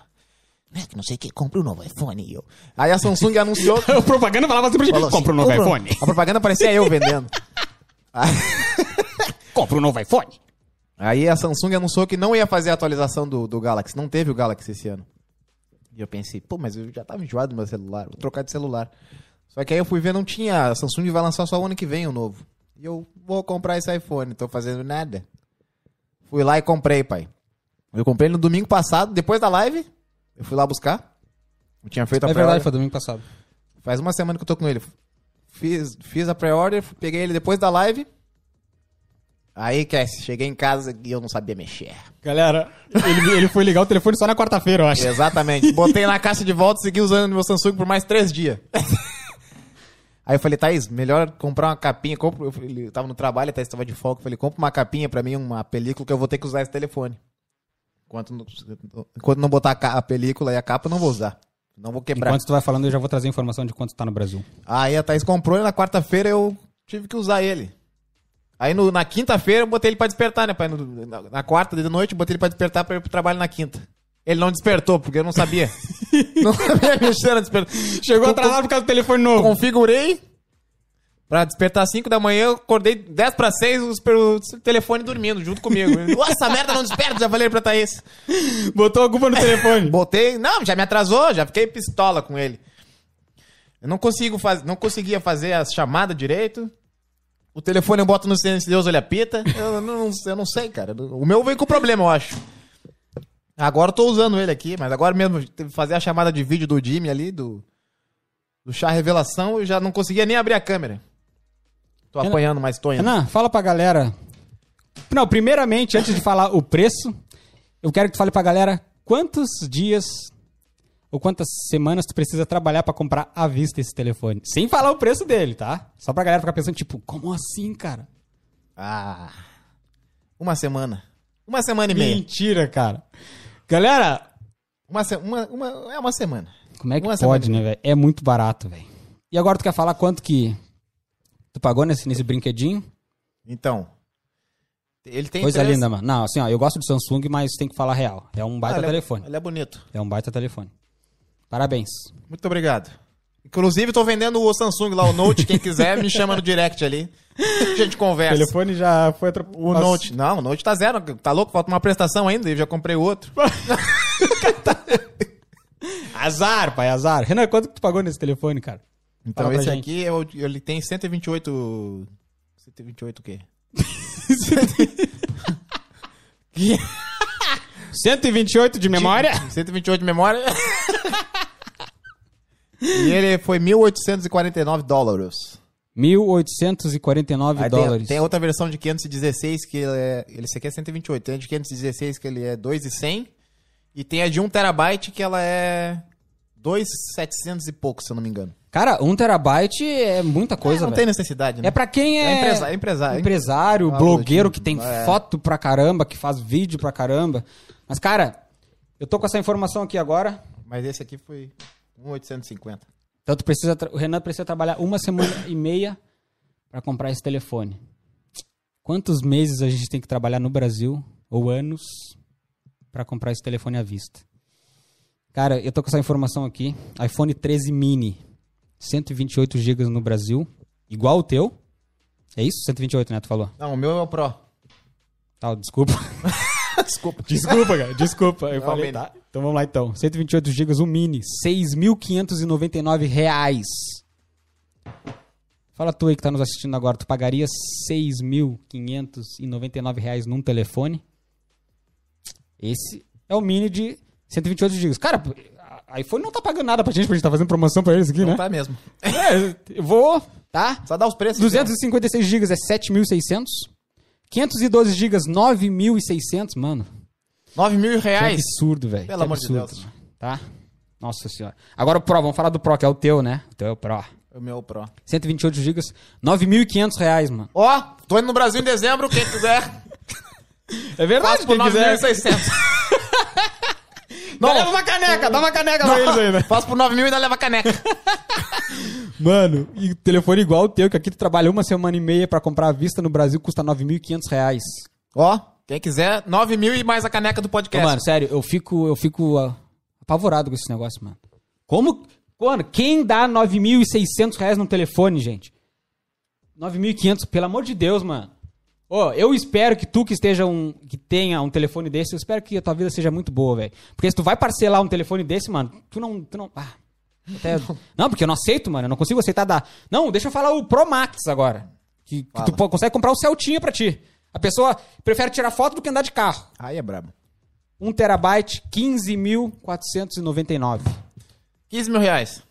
Não é que não sei o que, compre um novo iPhone. E eu. Aí a Samsung anunciou. A propaganda falava assim pra gente, Falou assim, compra um novo "Compra iPhone, A propaganda parecia eu vendendo. compra um novo iPhone. Aí a Samsung anunciou que não ia fazer a atualização do, do Galaxy. Não teve o Galaxy esse ano. E eu pensei, pô, mas eu já tava enjoado do meu celular. Vou trocar de celular. Só que aí eu fui ver, não tinha. A Samsung vai lançar só o ano que vem o novo. E eu vou comprar esse iPhone. Tô fazendo nada. Fui lá e comprei, pai. Eu comprei no domingo passado, depois da live. Eu fui lá buscar. Eu tinha feito a é pré-order. verdade, foi domingo passado. Faz uma semana que eu tô com ele. Fiz, fiz a pré-order, fui- peguei ele depois da live. Aí, Cass, cheguei em casa e eu não sabia mexer. Galera, ele, ele foi ligar o telefone só na quarta-feira, eu acho. Exatamente. Botei na caixa de volta e segui usando meu Samsung por mais três dias. Aí eu falei, Thaís, melhor comprar uma capinha. Compro... eu falei- Ele tava no trabalho, a Thaís tava de folga. Eu falei, compra uma capinha pra mim, uma película que eu vou ter que usar esse telefone. Enquanto não, enquanto não botar a, ca- a película e a capa, eu não vou usar. Não vou quebrar. Enquanto tu vai falando, eu já vou trazer informação de quanto tá no Brasil. Aí a Thaís comprou e na quarta-feira eu tive que usar ele. Aí no- na quinta-feira eu botei ele pra despertar, né, pai? No- na, na quarta de noite eu botei ele pra despertar pra ir pro trabalho na quinta. Ele não despertou, porque eu não sabia. não sabia mexer no despertar. Chegou Con- atrasado por causa do telefone con- novo. Configurei pra despertar às 5 da manhã, eu acordei 10 pra 6, o, esper- o telefone dormindo junto comigo. Nossa, merda, não desperta, já falei pra Thaís. Botou a culpa no telefone. Botei, não, já me atrasou, já fiquei pistola com ele. Eu não consigo fazer, não conseguia fazer as chamadas direito. O telefone eu boto no silencioso, ele apita. Eu não, eu não sei, cara. O meu veio com problema, eu acho. Agora eu tô usando ele aqui, mas agora mesmo teve que fazer a chamada de vídeo do Jimmy ali, do, do chá revelação, eu já não conseguia nem abrir a câmera. Tô Renan- apanhando, mas tô indo. Renan, fala pra galera. Não, primeiramente, antes de falar o preço, eu quero que tu fale pra galera quantos dias ou quantas semanas tu precisa trabalhar pra comprar à vista esse telefone. Sem falar o preço dele, tá? Só pra galera ficar pensando, tipo, como assim, cara? Ah. Uma semana. Uma semana e meia. Mentira, cara. Galera, Uma, se- uma, uma, é uma semana. como é que Uma pode, né, velho? É muito barato, velho. E agora tu quer falar quanto que tu pagou nesse, nesse brinquedinho? Então. Ele tem. Coisa três- linda, mano. Não, assim, ó, eu gosto do Samsung, mas tem que falar real. É um Ah, baita ele é- telefone. Ele é bonito. É um baita telefone. Parabéns. Muito obrigado. Inclusive, tô vendendo o Samsung lá, o Note. Quem quiser, me chama no direct ali. A gente conversa. telefone já foi atropelado. O Note. Não, o Note tá zero. Tá louco? Falta uma prestação ainda. Eu já comprei outro. Azar, pai, azar. Renan, quanto que tu pagou nesse telefone, cara? Então, Fala pra esse gente. aqui, eu, ele tem 128. 128 o quê? 128 de memória? 128 de memória. e ele foi 1.849 dólares. 1.849 Aí tem- dólares. Tem, outra versão de 516 que ele é. Ele, esse aqui é 128. Tem a de 516 que ele é 2,100. E tem a de 1 terabyte que ela é 2,700 e pouco, se eu não me engano. Cara, 1 terabyte é muita coisa, É, não velho. tem necessidade, né? É pra quem é, É empresa- é empresário. empresário, Fala, blogueiro que tipo, tem é. foto pra caramba, que faz vídeo pra caramba. Mas, cara, eu tô com essa informação aqui agora. um Mas esse aqui foi 1,850. Então tu precisa, tra- o Renan precisa trabalhar uma semana e meia para comprar esse telefone. Quantos meses a gente tem que trabalhar no Brasil, ou anos, para comprar esse telefone à vista? Cara, eu tô com essa informação aqui. iPhone 13 mini, 128 GB no Brasil, igual o teu. É isso? 128, né? Tu falou. Não, o meu é o Pro. Tá, desculpa. Desculpa. Desculpa, cara. Desculpa. Eu Não, falei, mini. tá? Então vamos lá então. 128 GB, um mini. 6.599 reais. Fala tu aí que tá nos assistindo agora. Tu pagaria 6.599 reais num telefone? Esse é o mini de 128 GB. Cara, a iPhone não tá pagando nada pra gente, pra gente tá fazendo promoção pra eles aqui, Não né? tá mesmo. É, eu vou, tá? Só dá os preços. 256 GB é 7.600. 512 GB, 9.600. Mano, né? Nove mil que reais. É absurdo, velho. Pelo Que amor de absurdo, Deus. mano. Tá? Nossa senhora. Agora o Pro, vamos falar do Pro, que é o teu, né? O teu é o Pro. O meu é o Pro. 128 GB, 9.500 reais, mano. Ó, tô indo no Brasil em dezembro, quem quiser, É faz verdade, por quem quiser. 9.600. Não, leva uma caneca, dá uma caneca pra eles aí, né? Faz por 9 mil e ainda leva caneca. Mano, e telefone igual o teu, que aqui tu trabalha uma semana e meia pra comprar à vista no Brasil, custa 9.500 reais. Ó, quem quiser, 9 mil e mais a caneca do Ô, podcast. mano, sério, eu fico, eu fico ah, apavorado com esse negócio, mano. Como. Mano, quem dá 9.600 reais no telefone, gente? 9.500, pelo amor de Deus, mano. Ô, eu espero que tu que esteja um. que tenha um telefone desse, eu espero que a tua vida seja muito boa, velho. Porque se tu vai parcelar um telefone desse, mano, tu não. Tu não ah, até- não, porque eu não aceito, mano. Eu não consigo aceitar dar. Não, deixa eu falar o Pro Max agora. Que, que tu Fala. po- consegue comprar o Celtinha pra ti. A pessoa prefere tirar foto do que andar de carro. Aí é brabo. 1 terabyte, 15.499. 15 mil reais.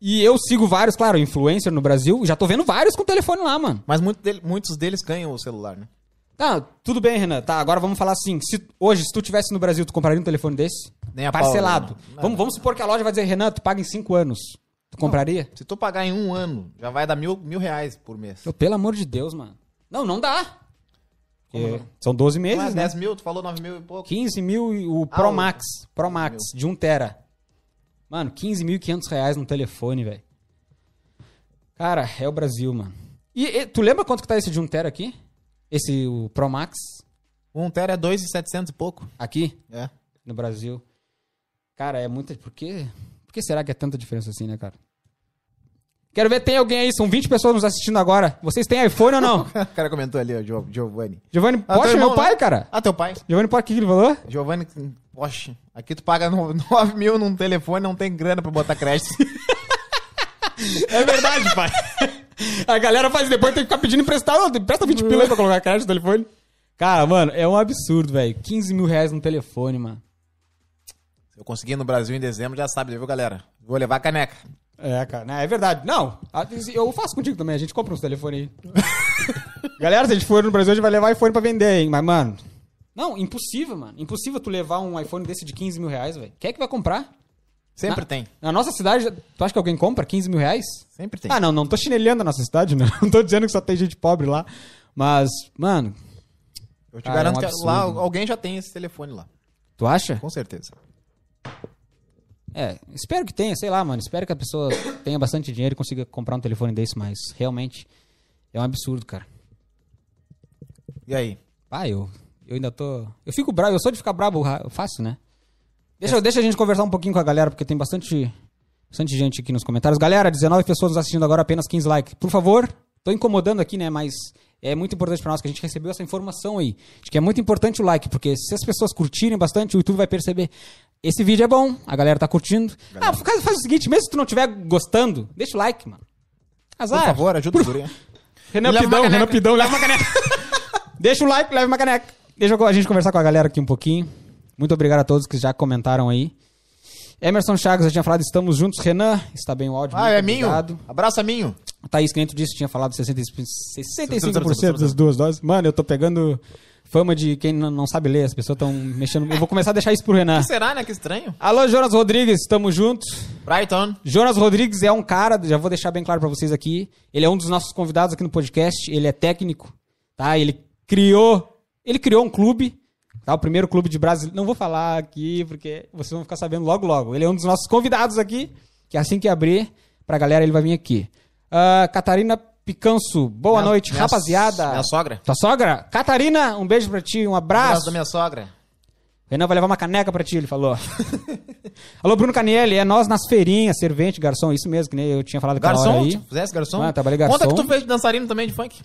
E eu sigo vários, claro, influencer no Brasil. Já tô vendo vários com telefone lá, mano. Mas muito dele- muitos deles ganham o celular, né? Tá, tudo bem, Renan. Tá, agora vamos falar assim. Se, hoje, se tu tivesse no Brasil, tu compraria um telefone desse? Nem a pau, Parcelado. não. Não. Vamos, vamos supor que a loja vai dizer, Renan, tu paga em 5 anos. Tu compraria? Se tu pagar em um ano, já vai dar mil, mil reais por mês. Eu, pelo amor de Deus, mano. Não, não dá. Como Porque não? São 12 meses, Mas né? 10 mil, tu falou 9 mil e pouco. 15 mil e o Ah, Pro o- Max. Pro Max, de 1 tera. Mano, 15.500 reais no telefone, velho. Cara, é o Brasil, mano. E, e, tu lembra quanto que tá esse de 1 tera aqui? Esse, o Pro Max, Um tera é 2,700 e pouco. aqui É. no Brasil. Cara, é muita... Por que, por que será que é tanta diferença assim, né, cara? Quero ver, tem alguém aí, são 20 pessoas nos assistindo agora. Vocês têm iPhone ou não? O cara comentou ali, ó, Gio- Giovanni. Giovanni, Ah, teu poxa, irmão, meu pai, né? cara. Ah, teu pai. Giovanni, pode, o que que ele falou? Giovanni, poxa, aqui tu paga 9 mil num telefone, não tem grana pra botar crédito. É verdade, pai. A galera faz depois, tem que ficar pedindo emprestado. Empresta 20 pila aí pra colocar crédito no telefone. Cara, mano, é um absurdo, velho. 15 mil reais no telefone, mano. Se eu conseguir no Brasil em dezembro, já sabe, viu, galera? Vou levar a caneca. É, cara. Não, é verdade. Não, a- eu faço contigo também. A gente compra uns telefones aí. galera, se a gente for no Brasil, a gente vai levar iPhone pra vender, hein. Mas, mano... Não, impossível, mano. Impossível tu levar um iPhone desse de 15 mil reais, velho. Quem é que vai comprar? Sempre Na- tem. Na nossa cidade, tu acha que alguém compra 15 mil reais? Sempre tem. Ah, não, não tô chinelhando a nossa cidade, né? Não tô dizendo que só tem gente pobre lá. Mas, mano, eu te cara, garanto é um que absurdo, lá né? alguém já tem esse telefone lá. tu acha? Com certeza. É, espero que tenha, sei lá, mano. Espero que a pessoa tenha bastante dinheiro e consiga comprar um telefone desse, mas realmente é um absurdo, cara. E aí? Ah, eu, eu ainda tô. Eu fico bravo, eu sou de ficar brabo ra- fácil, né? Deixa, eu- deixa a gente conversar um pouquinho com a galera, porque tem bastante, bastante gente aqui nos comentários. Galera, 19 pessoas nos assistindo agora, apenas 15 likes. Por favor, tô incomodando aqui, né? Mas é muito importante pra nós que a gente recebeu essa informação aí. De que é muito importante o like, porque se as pessoas curtirem bastante, o YouTube vai perceber. Esse vídeo é bom, a galera tá curtindo. Ah, faz, faz o seguinte, mesmo se tu não estiver gostando, deixa o like, mano. Por Azar. favor, ajuda o Gurinha. Renan Leva Pidão, uma caneca. Renan Pidão, leva uma caneca. Deixa o like, leva uma caneca. Deixa eu- a gente conversar com a galera aqui um pouquinho. Muito obrigado a todos que já comentaram aí. Emerson Chagas, eu tinha falado, estamos juntos. Renan, está bem o áudio. Ah, muito é Minho? obrigado. Abraço, Minho. Thaís, que nem tu disse, tinha falado 65%, 65% das duas doses. Mano, eu tô pegando fama de quem não não sabe ler. As pessoas estão mexendo. Eu vou começar a deixar isso pro Renan. Será, né? Que estranho. Alô, Jonas Rodrigues, estamos juntos. Brighton. Jonas Rodrigues é um cara, já vou deixar bem claro pra vocês aqui. Ele é um dos nossos convidados aqui no podcast. Ele é técnico, tá? Ele criou, ele criou um clube, tá? O primeiro clube de Brasil. Não vou falar aqui porque vocês vão ficar sabendo logo logo. Ele é um dos nossos convidados aqui, que assim que abrir Pra galera, ele vai vir aqui. Ah, Catarina Picanso, boa Minha- noite, minha- rapaziada. Minha sogra. Tua sogra? Catarina, um beijo pra ti, um Um abraço. abraço da minha sogra. Renan vai levar uma caneca pra ti, ele falou. Alô, Bruno Canielli, é nós nas feirinhas, servente, garçom, isso mesmo, que nem eu tinha falado aquela hora Garçom, se aí. fizesse garçom. Ah, trabalhei Conta que garçom. tu fez de dançarino também de funk.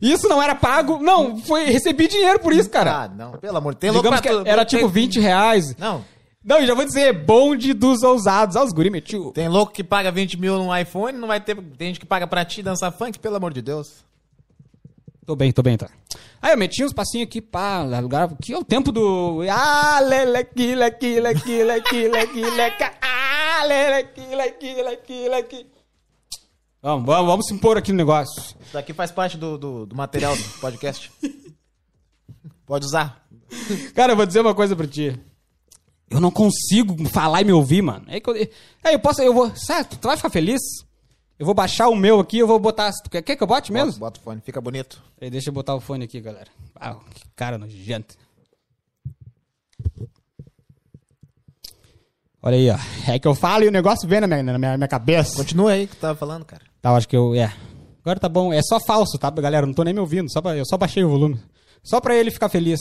Isso não era pago? Não, foi, recebi dinheiro por isso, cara. Ah, não, pelo amor de Deus. Tem Digamos louco que pra tu- era tipo tem- 20 reais. Não, Não, e já vou dizer, bonde dos ousados. Ah, os guri metiu. tem louco que paga 20 mil num iPhone, não vai ter. Tem gente que paga pra ti dançar funk, pelo amor de Deus. Tô bem, tô bem, tá. Aí eu meti uns passinhos aqui, pá, lugar, que é o tempo do... Ah, lele, que, le, que, le, que, le, que, le, que, le, ca- Ah, lele, que, le, que, le, que, le, que. Vamos, vamos, vamos se impor aqui no negócio. Isso daqui faz parte do, do, do material do podcast. Pode usar. Cara, eu vou dizer uma coisa pra ti. Eu não consigo falar e me ouvir, mano. É que eu, é, eu posso, eu vou. Sabe, tu vai ficar feliz? Eu vou baixar o meu aqui, eu vou botar. tu Quer, quer que eu bote Bota, mesmo? bota o fone, fica bonito. Peraí, deixa eu botar o fone aqui, galera. Ah, que cara nojento. Olha aí, ó. É que eu falo e o negócio vem na minha, na minha, na minha cabeça. Continua aí que tu tava falando, cara. Tá, eu acho que eu. É. Agora tá bom. É só falso, tá, galera? Eu Não tô nem me ouvindo. Só pra- eu só baixei o volume. Só pra ele ficar feliz.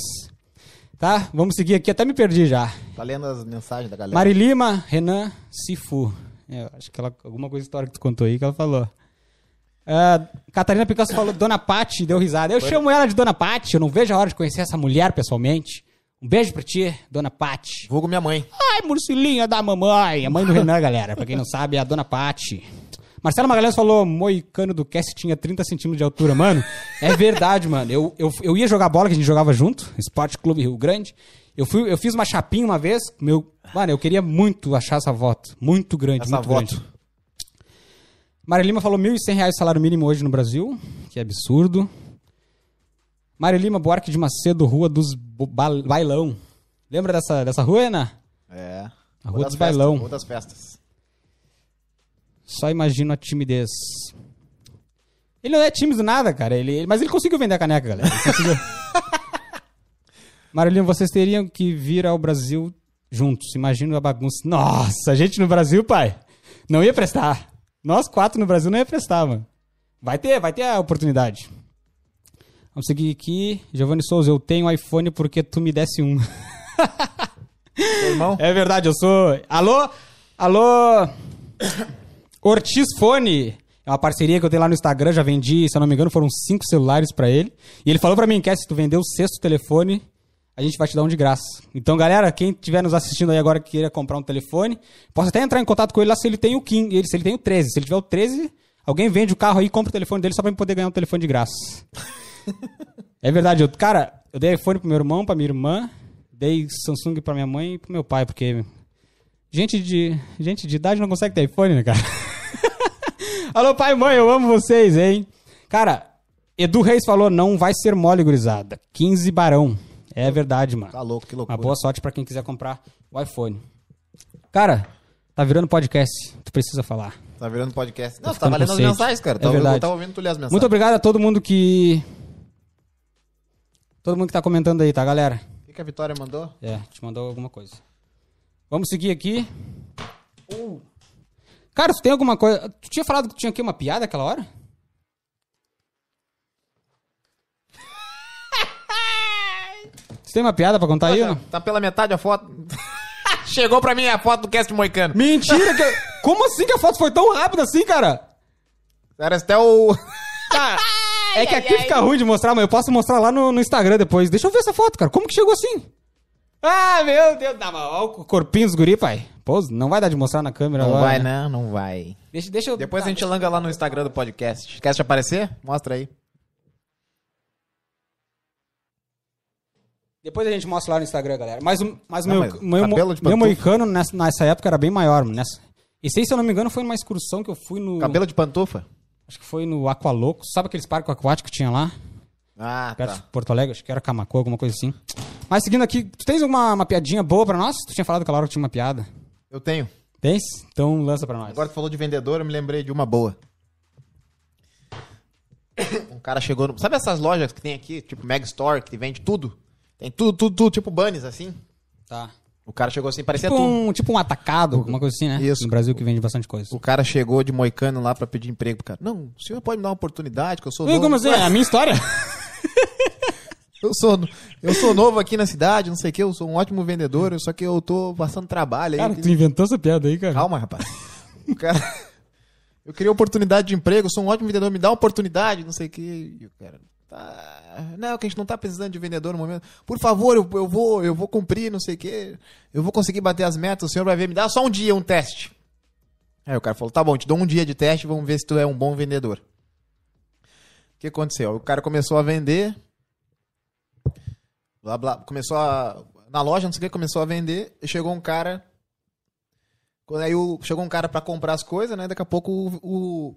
Tá? Vamos seguir aqui. Até me perdi já. Tá lendo as mensagens da galera. Mari Lima, Renan Sifu. É, eu acho que ela, alguma coisa histórica que tu contou aí que ela falou. Ah, Catarina Picasso falou Dona Pati, deu risada. Eu chamo ela de Dona Pati, eu não vejo a hora de conhecer essa mulher pessoalmente. Um beijo pra ti, Dona Pati. Vulgo minha mãe. Ai, Murcilinha da mamãe, a mãe do Renan, galera. Pra quem não sabe, é a Dona Pati. Marcelo Magalhães falou, moicano do Cast tinha 30 centímetros de altura. Mano, é verdade, mano. Eu, eu, eu ia jogar bola, que a gente jogava junto, Esporte Clube Rio Grande. Eu, fui, eu fiz uma chapinha uma vez, meu... Mano, eu queria muito achar essa voto. Muito grande, Essa muito voto. grande. Mário Lima falou R$ 1.100 reais salário mínimo hoje no Brasil, que absurdo. Mário Lima, Buarque de Macedo, Rua dos Bo- Ba- Bailão. Lembra dessa, dessa rua, Ana? É. A Rua Outras dos festas, Bailão. Outras festas. Só imagino a timidez. Ele não é tímido nada, cara. Ele, ele- mas ele conseguiu vender a caneca, galera. Ele conseguiu. Marilino, vocês teriam que vir ao Brasil juntos. Imagino a bagunça. Nossa, a gente no Brasil, pai. Não ia prestar. Nós quatro no Brasil não ia prestar, mano. Vai ter, vai ter a oportunidade. Vamos seguir aqui. Giovanni Souza, eu tenho iPhone porque tu me desse um. Meu irmão, É verdade, eu sou. Alô? Alô? Ortiz Fone. É uma parceria que eu tenho lá no Instagram, já vendi, se eu não me engano, foram cinco celulares pra ele. E ele falou pra mim, Cass, se tu vender o sexto telefone, a gente vai te dar um de graça. Então, galera, quem estiver nos assistindo aí agora que queira comprar um telefone, posso até entrar em contato com ele lá se ele tem o 15, ele- se ele tem o 13. Se ele tiver o 13, alguém vende o carro aí e compra o telefone dele só pra eu poder ganhar um telefone de graça. É verdade, eu, cara, eu dei iPhone pro meu irmão, pra minha irmã, dei Samsung pra minha mãe e pro meu pai, porque gente de, gente de idade não consegue ter iPhone, né, cara? Alô, pai e mãe, eu amo vocês, hein? Cara, Edu Reis falou, não vai ser mole, gurizada. 15 barão. É verdade, mano. tá louco, que Uma loucura. boa sorte pra quem quiser comprar o iPhone. Cara, tá virando podcast, tu precisa falar. Tá virando podcast. Não, ficando tá valendo com as sede. mensagens, cara. É Tava- verdade. Eu tava ouvindo tu ler as mensagens. Muito obrigado a todo mundo que... Todo mundo que tá comentando aí, tá, galera? O que, que a Vitória mandou? É, te mandou alguma coisa. Vamos seguir aqui. Ou- Cara, tu tem alguma coisa. Tu tinha falado que tinha aqui uma piada aquela hora? Você tem uma piada pra contar aí? ou tá, não? tá pela metade a foto. Chegou pra mim a foto do cast moicano. Mentira! que eu- Como assim que a foto foi tão rápida assim, cara? Era até o. Tá. É que aqui fica ruim de mostrar, mas eu posso mostrar lá no, no Instagram depois. Deixa eu ver essa foto, cara. Como que chegou assim? Ah, meu Deus. Dá mal. Olha o corpinho dos guri, pai. Pô, não vai dar de mostrar na câmera Não agora, vai, né? Não vai. Deixa, deixa eu... Depois a tá, gente langa lá no Instagram do podcast. Quer te aparecer? Mostra aí. Depois a gente mostra lá no Instagram, galera. Mas o, mas o Não, meu, mas meu, cabelo de meu pantufa. moicano nessa, nessa época era bem maior, mano. Nessa... Esse aí, se eu não me engano, foi numa excursão que eu fui no... Cabelo de pantufa? Acho que foi no Aqualoco. Sabe aqueles parques aquáticos que tinha lá? Ah, Perto tá. de Porto Alegre, acho que era Camacô, alguma coisa assim. Mas seguindo aqui, tu tens uma, uma piadinha boa pra nós? Tu tinha falado aquela hora que tinha uma piada. Eu tenho. Tens? Então lança pra nós. Agora tu falou de vendedor, eu me lembrei de uma boa. Um cara chegou no... Sabe essas lojas que tem aqui? Tipo Mega Store, que vende tudo? Tem tudo, tudo, tudo. Tipo Bunnies, assim. Tá. O O cara chegou assim, parecia Tipo tu. um, tipo um atacado, alguma coisa assim, né? Isso. No Brasil que vende bastante coisa. O cara chegou de moicano lá pra pedir emprego pro cara. Não, o senhor pode me dar uma oportunidade, que eu sou Ui, novo. como assim? É a minha história? Eu sou, eu sou novo aqui na cidade, não sei o que, eu sou um ótimo vendedor, só que eu tô passando trabalho aí. Cara, tu inventou essa piada aí, cara. Calma, rapaz. O cara. Eu queria oportunidade de emprego, eu sou um ótimo vendedor, me dá uma oportunidade, não sei o que. E o cara. Tá... Não, que a gente não tá precisando de vendedor no momento. Por favor, eu, eu vou, eu vou cumprir, não sei o que. Eu vou conseguir bater as metas, o senhor vai ver, me dá só um dia um teste. Aí o cara falou: tá bom, te dou um dia de teste, vamos ver se tu é um bom vendedor. O que aconteceu? O cara começou a vender. Blá, blá, começou a. Na loja, não sei o que, começou a vender. E chegou um cara. Quando aí o- chegou um cara pra comprar as coisas, né? Daqui a pouco o,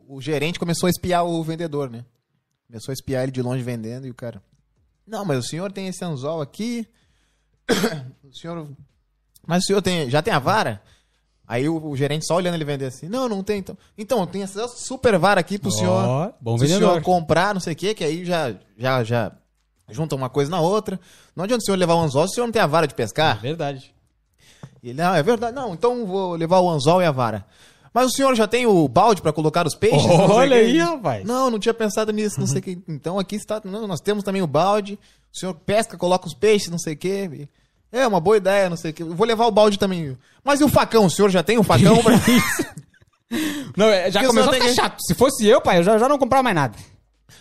o- o gerente começou a espiar o vendedor, né? Começou a espiar ele de longe vendendo e o cara. Não, mas o senhor tem esse anzol aqui. o senhor. Mas o senhor tem, já tem a vara? Aí o, o gerente só olhando ele vender assim. Não, não tem. Então, então tem essa super vara aqui pro senhor Ó, bom se o vendedor. senhor comprar, não sei o que, que aí já, já, já junta uma coisa na outra. Não adianta o senhor levar o anzol se o senhor não tem a vara de É pescar. Verdade. E ele, não, é verdade. Não, então vou levar o anzol e a vara. Mas o senhor já tem o balde pra colocar os peixes? Não sei o Olha quê. aí, rapaz. Uhum. Não, não tinha pensado nisso, não sei o que. Então aqui está. não, nós temos também o balde. O senhor pesca, coloca os peixes, não sei o que. É uma boa ideia, não sei o que. Vou levar o balde também. Mas e o facão? O senhor já tem o facão? pra- Não, é, já Porque começou a senão ficar tem- chato. Se fosse eu, pai, eu já, já não comprava mais nada.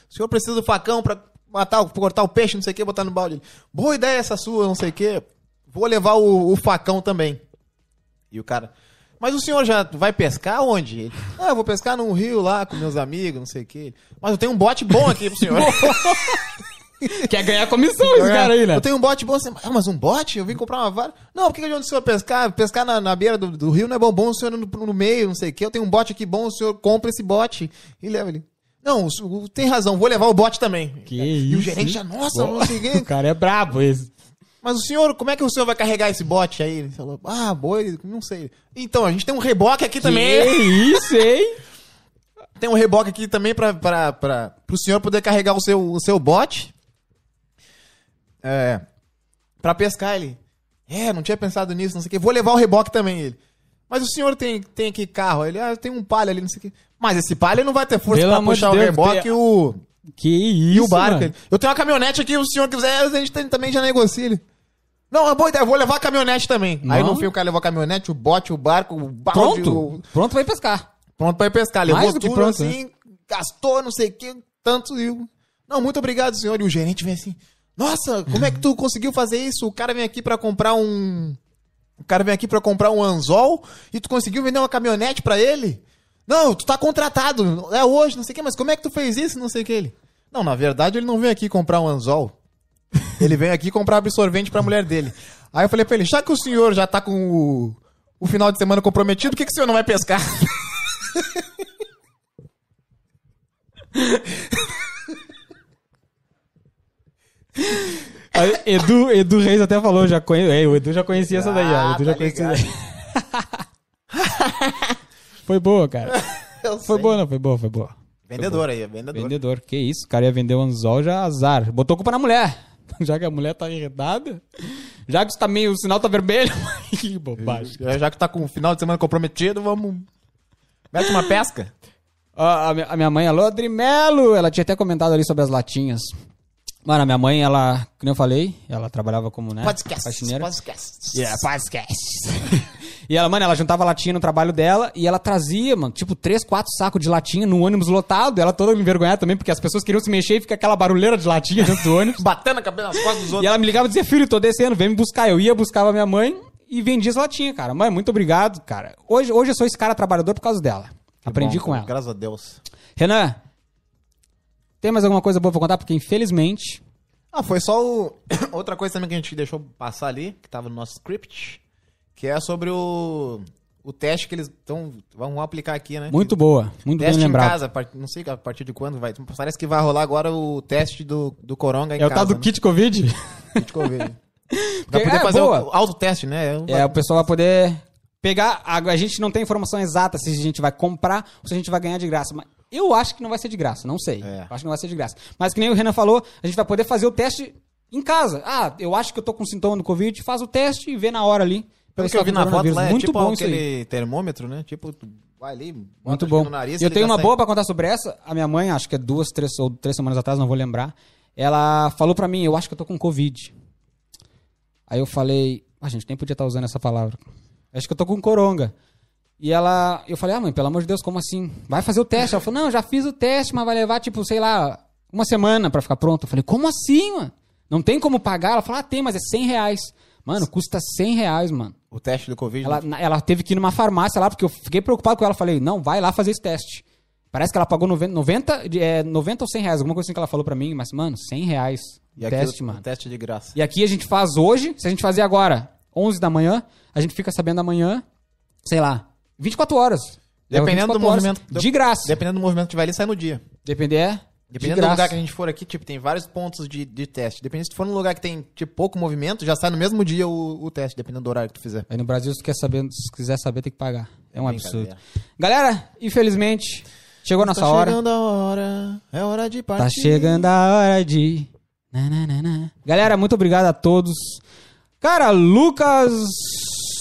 O senhor precisa do facão pra matar, pra cortar o peixe, não sei o que, botar no balde. Ele, Boa ideia essa sua, não sei o que. Vou levar o, o facão também. E o cara, mas o senhor já vai pescar onde? Ele, ah, eu vou pescar num rio lá com meus amigos, não sei o que. Mas eu tenho um bote bom aqui pro senhor. Quer ganhar comissão esse cara aí, né? Eu tenho um bote bom. Assim, ah, mas um bote? Eu vim comprar uma vara? Não, por que que onde o senhor pescar? Pescar na, na beira do, do rio não é bom. Bom o senhor no, no meio, não sei o quê. Eu tenho um bote aqui bom, o senhor compra esse bote e leva ele. Não, o senhor tem razão, vou levar o bote também. Que e isso, o gerente hein? já, nossa, não sei o quê. O cara é brabo esse. Mas o senhor, como é que o senhor vai carregar esse bote aí? Ele falou, ah, boi, não sei. Então, a gente tem um reboque aqui também. Que isso, hein? Tem um reboque aqui também pra, pra, pra, pro senhor poder carregar o seu, o seu bote. É. Pra pescar ele. É, não tinha pensado nisso, não sei o quê. Vou levar o reboque também ele. Mas o senhor tem, tem aqui carro? Ele, ah, tem um palha ali, não sei o quê. Mas esse palha não vai ter força Pelo pra amor de puxar o Deus, reboque tem- e o, Que isso, e o barco. mano. Ele, Eu tenho uma caminhonete aqui, o senhor quiser, a gente tem- também já negocia ele. Não, é boa ideia, eu vou levar a caminhonete também. Aí Não. no fim o cara levou a caminhonete, o bote, o barco, o balde, o, Pronto? Pronto pra ir pescar. Pronto pra ir pescar. Levou Mais do que tudo pronto, né? assim, gastou não sei o que, tanto. E o- Não, muito obrigado, senhor. E o gerente vem assim, nossa, como é que tu conseguiu fazer isso? O cara vem aqui pra comprar um... O cara vem aqui pra comprar um anzol e tu conseguiu vender uma caminhonete pra ele? Não, tu tá contratado, é hoje, não sei o que, mas como é que tu fez isso, não sei o que ele? Não, na verdade ele não veio aqui comprar um anzol. Ele veio aqui comprar absorvente pra mulher dele. Aí eu falei pra ele, já que o senhor já tá com o, o final de semana comprometido, por que, que o senhor não vai pescar? Aí, Edu, Edu Reis até falou, já conhe... é, o Edu já conhecia essa daí, ó. Ah, O Edu já tá conhecia ligado. Foi boa, cara. Eu Foi sei. boa, não, foi boa, foi boa. Vendedor aí, é vendedor. Vendedor, que isso, o cara ia vender o anzol já azar. Botou culpa na mulher. Já que a mulher tá enredada, já que isso tá meio, o sinal tá vermelho. que bobagem. Já- Já que tá com o final de semana comprometido, vamos. Mete uma pesca. Ó, a, mi- a minha mãe, alô, Adrimelo! Ela tinha até comentado ali sobre as latinhas. Mano, a minha mãe, ela, como eu falei, ela trabalhava como, né? faxineira. podcast. Yeah, podcast. e ela, mano, ela juntava latinha no trabalho dela e ela trazia, mano, tipo, três, quatro sacos de latinha num ônibus lotado. Ela toda envergonhada também, porque as pessoas queriam se mexer e fica aquela barulheira de latinha dentro do ônibus. Batendo a cabeça nas costas dos E outros. ela me ligava e dizia, filho, tô descendo, vem me buscar. Eu ia, buscava minha mãe e vendia as latinhas, cara. Mãe, muito obrigado, cara. Hoje, hoje eu sou esse cara trabalhador por causa dela. Aprendi Bom, com ela. Graças a Deus. Renan, tem mais alguma coisa boa pra contar? Porque, infelizmente, Ah, foi só o. Outra coisa também que a gente deixou passar ali, que tava no nosso script, que é sobre o. O teste que eles estão. Vão aplicar aqui, né? muito boa, muito bem Teste em lembrado. casa, a part- não sei a partir de quando vai. Parece que vai rolar agora o teste do, do Coronga em É o casa. tal do né? kit Covid? Kit Covid. Pra poder É, fazer boa. o autoteste, né? Eu- É, o pessoal vai poder pegar. A, a gente não tem informação exata se a gente vai comprar ou se a gente vai ganhar de graça. Mas eu acho que não vai ser de graça, não sei. É. Eu acho que não vai ser de graça. Mas que nem o Renan falou, a gente vai poder fazer o teste em casa. Ah, eu acho que eu tô com sintoma do Covid, faz o teste e vê na hora ali. Pelo que eu está vi com na foto coronavírus. lá, é Muito tipo bom isso aí. aquele termômetro, né? Tipo, tu vai ali, bota Muito acho bom. que no nariz, eu ele tenho já uma sai. boa pra contar sobre essa. A minha mãe, acho que é duas, três ou três semanas atrás, não vou lembrar. Ela falou pra mim, eu acho que eu tô com Covid. Aí eu falei, a gente nem podia estar usando essa palavra. Acho que eu tô com coronga. E ela, eu falei, ah mãe, pelo amor de Deus, como assim? Vai fazer o teste? Ela falou, não, já fiz o teste, mas vai levar tipo, sei lá, uma semana pra ficar pronto. Eu falei, como assim, mano? Não tem como pagar? Ela falou, ah, tem, mas é 100 reais. Mano, custa 100 reais, mano. O teste do Covid. Ela, na- ela teve que ir numa farmácia lá, porque eu fiquei preocupado com ela. Falei, não, vai lá fazer esse teste. Parece que ela pagou 90, 90, de- é, 90 ou 100 reais, alguma coisa assim que ela falou pra mim. Mas, mano, 100 reais. E o aqui teste, o- mano. o Teste de graça. E aqui a gente faz hoje, se a gente fazer agora, 11 da manhã, a gente fica sabendo amanhã, sei lá, 24 horas. É, Leva Dependendo do 24 horas movimento- De graça. Dependendo do movimento que vai ali, sai no dia. Depender é. de Dependendo do graça. lugar que a gente for aqui, tipo, tem vários pontos de, de teste. Dependendo se tu for num lugar que tem, tipo, pouco movimento, já sai no mesmo dia o, o teste, dependendo do horário que tu fizer. Aí no Brasil, se, tu quer saber, se quiser saber, tem que pagar. É um absurdo. Brincadeira. Galera, infelizmente, chegou a nossa tá hora. chegando a hora, é hora de partir. Tá chegando a hora de. Na, na, na, na. Galera, muito obrigado a todos. Cara, Lucas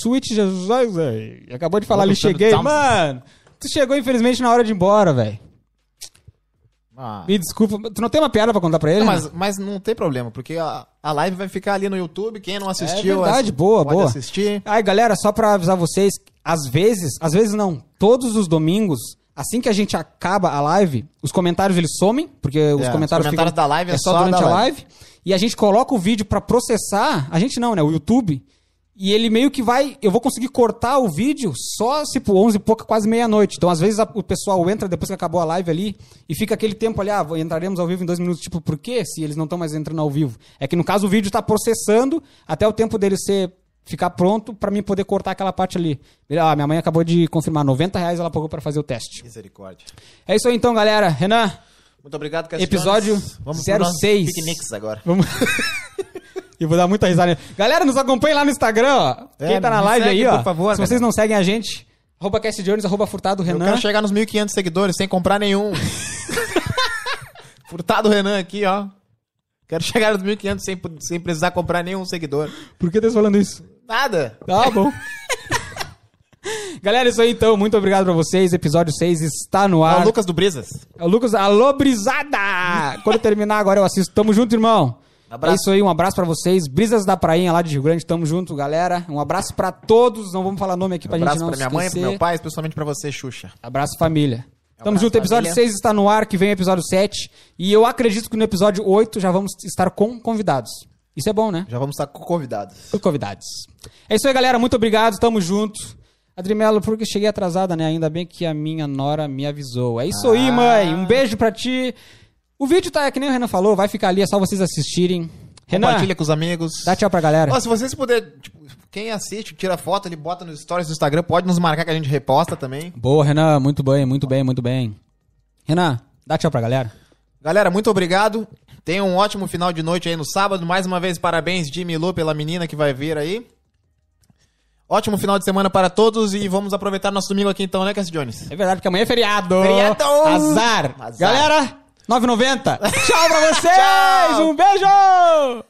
Switch Jesus velho, acabou de falar ali, Lucas cheguei. Thompson. Mano, tu chegou infelizmente na hora de ir embora, velho. Ah. Me desculpa, tu não tem uma piada pra contar pra ele? Não, né? mas, mas não tem problema, porque a, a live vai ficar ali no YouTube. Quem não assistiu, É verdade, assi- boa, pode boa. assistir. Ai, galera, só pra avisar vocês, às vezes, às vezes não, todos os domingos, assim que a gente acaba a live, os comentários eles somem, porque os os comentários, ficam- comentários da live é só, só durante da a live. E a gente coloca o vídeo pra processar, a gente não, né, o YouTube, e ele meio que vai, eu vou conseguir cortar o vídeo só tipo 11 e pouca, quase meia-noite. Então, às vezes a- o pessoal entra depois que acabou a live ali e fica aquele tempo ali, ah, vou- entraremos ao vivo em dois minutos, tipo, por quê? Se eles não estão mais entrando ao vivo. É que no caso o vídeo tá processando até o tempo dele ser ficar pronto pra mim poder cortar aquela parte ali. Ah, minha mãe acabou de confirmar, 90 reais ela pagou pra fazer o teste. Misericórdia. É isso aí então, galera. Renan, Muito obrigado, Cassiano. Episódio Vamos 06. Piqueniques agora. Vamos. Eu vou dar muita risada. Galera, nos acompanha lá no Instagram, ó. É, Quem tá na me live segue, aí, ó. por favor, Se vocês galera. não seguem a gente, arroba Cassie Jones, arroba Furtado Eu Renan. quero chegar nos 1.500 seguidores sem comprar nenhum. Furtado Renan aqui, ó. Quero chegar nos 1.500 sem, sem precisar comprar nenhum seguidor. Por que tá falando isso? Nada. Tá bom. Galera, isso aí então. Muito obrigado pra vocês. Episódio 6 está no Ah, ar. o Lucas do Brisas. É o Lucas, alô, brisada! Quando terminar agora eu assisto. Tamo junto, irmão. Abraço. É isso aí, um abraço pra vocês. Brisas da Prainha lá de Rio Grande, tamo junto, galera. Um abraço pra todos. Não vamos falar nome aqui pra abraço gente não pra minha mãe, pro esquecer. meu pai, especialmente pra você, Xuxa. Abraço, família. Tamo Abraço, junto, episódio família. 6 está no ar, que vem o episódio 7. E eu acredito que no episódio 8 já vamos estar com convidados. Isso é bom, né? Já vamos estar com convidados. Com convidados. É isso aí, galera. Muito obrigado, tamo junto. Adrimelo, porque cheguei atrasada, né? Ainda bem que a minha nora me avisou. É isso aí, Ah. mãe. Um beijo pra ti. O vídeo tá, que nem o Renan falou, vai ficar ali, é só vocês assistirem. Renan, Compartilha com os amigos. dá tchau pra galera. Ó, se vocês puderem, tipo, quem assiste, tira foto, ele bota nos stories do Instagram, pode nos marcar que a gente reposta também. Boa, Renan. Muito bem, muito bem, muito bem. Renan, dá tchau pra galera. Galera, muito obrigado. Tenham um ótimo final de noite aí no sábado. Mais uma vez, parabéns, Jimmy Lu, pela menina que vai vir aí. Ótimo final de semana para todos e vamos aproveitar nosso domingo aqui então, né, Cassie Jones? É verdade, porque amanhã é feriado. Feriado! Azar. Azar. Galera, 9,90. Tchau pra vocês. Tchau. Um beijo.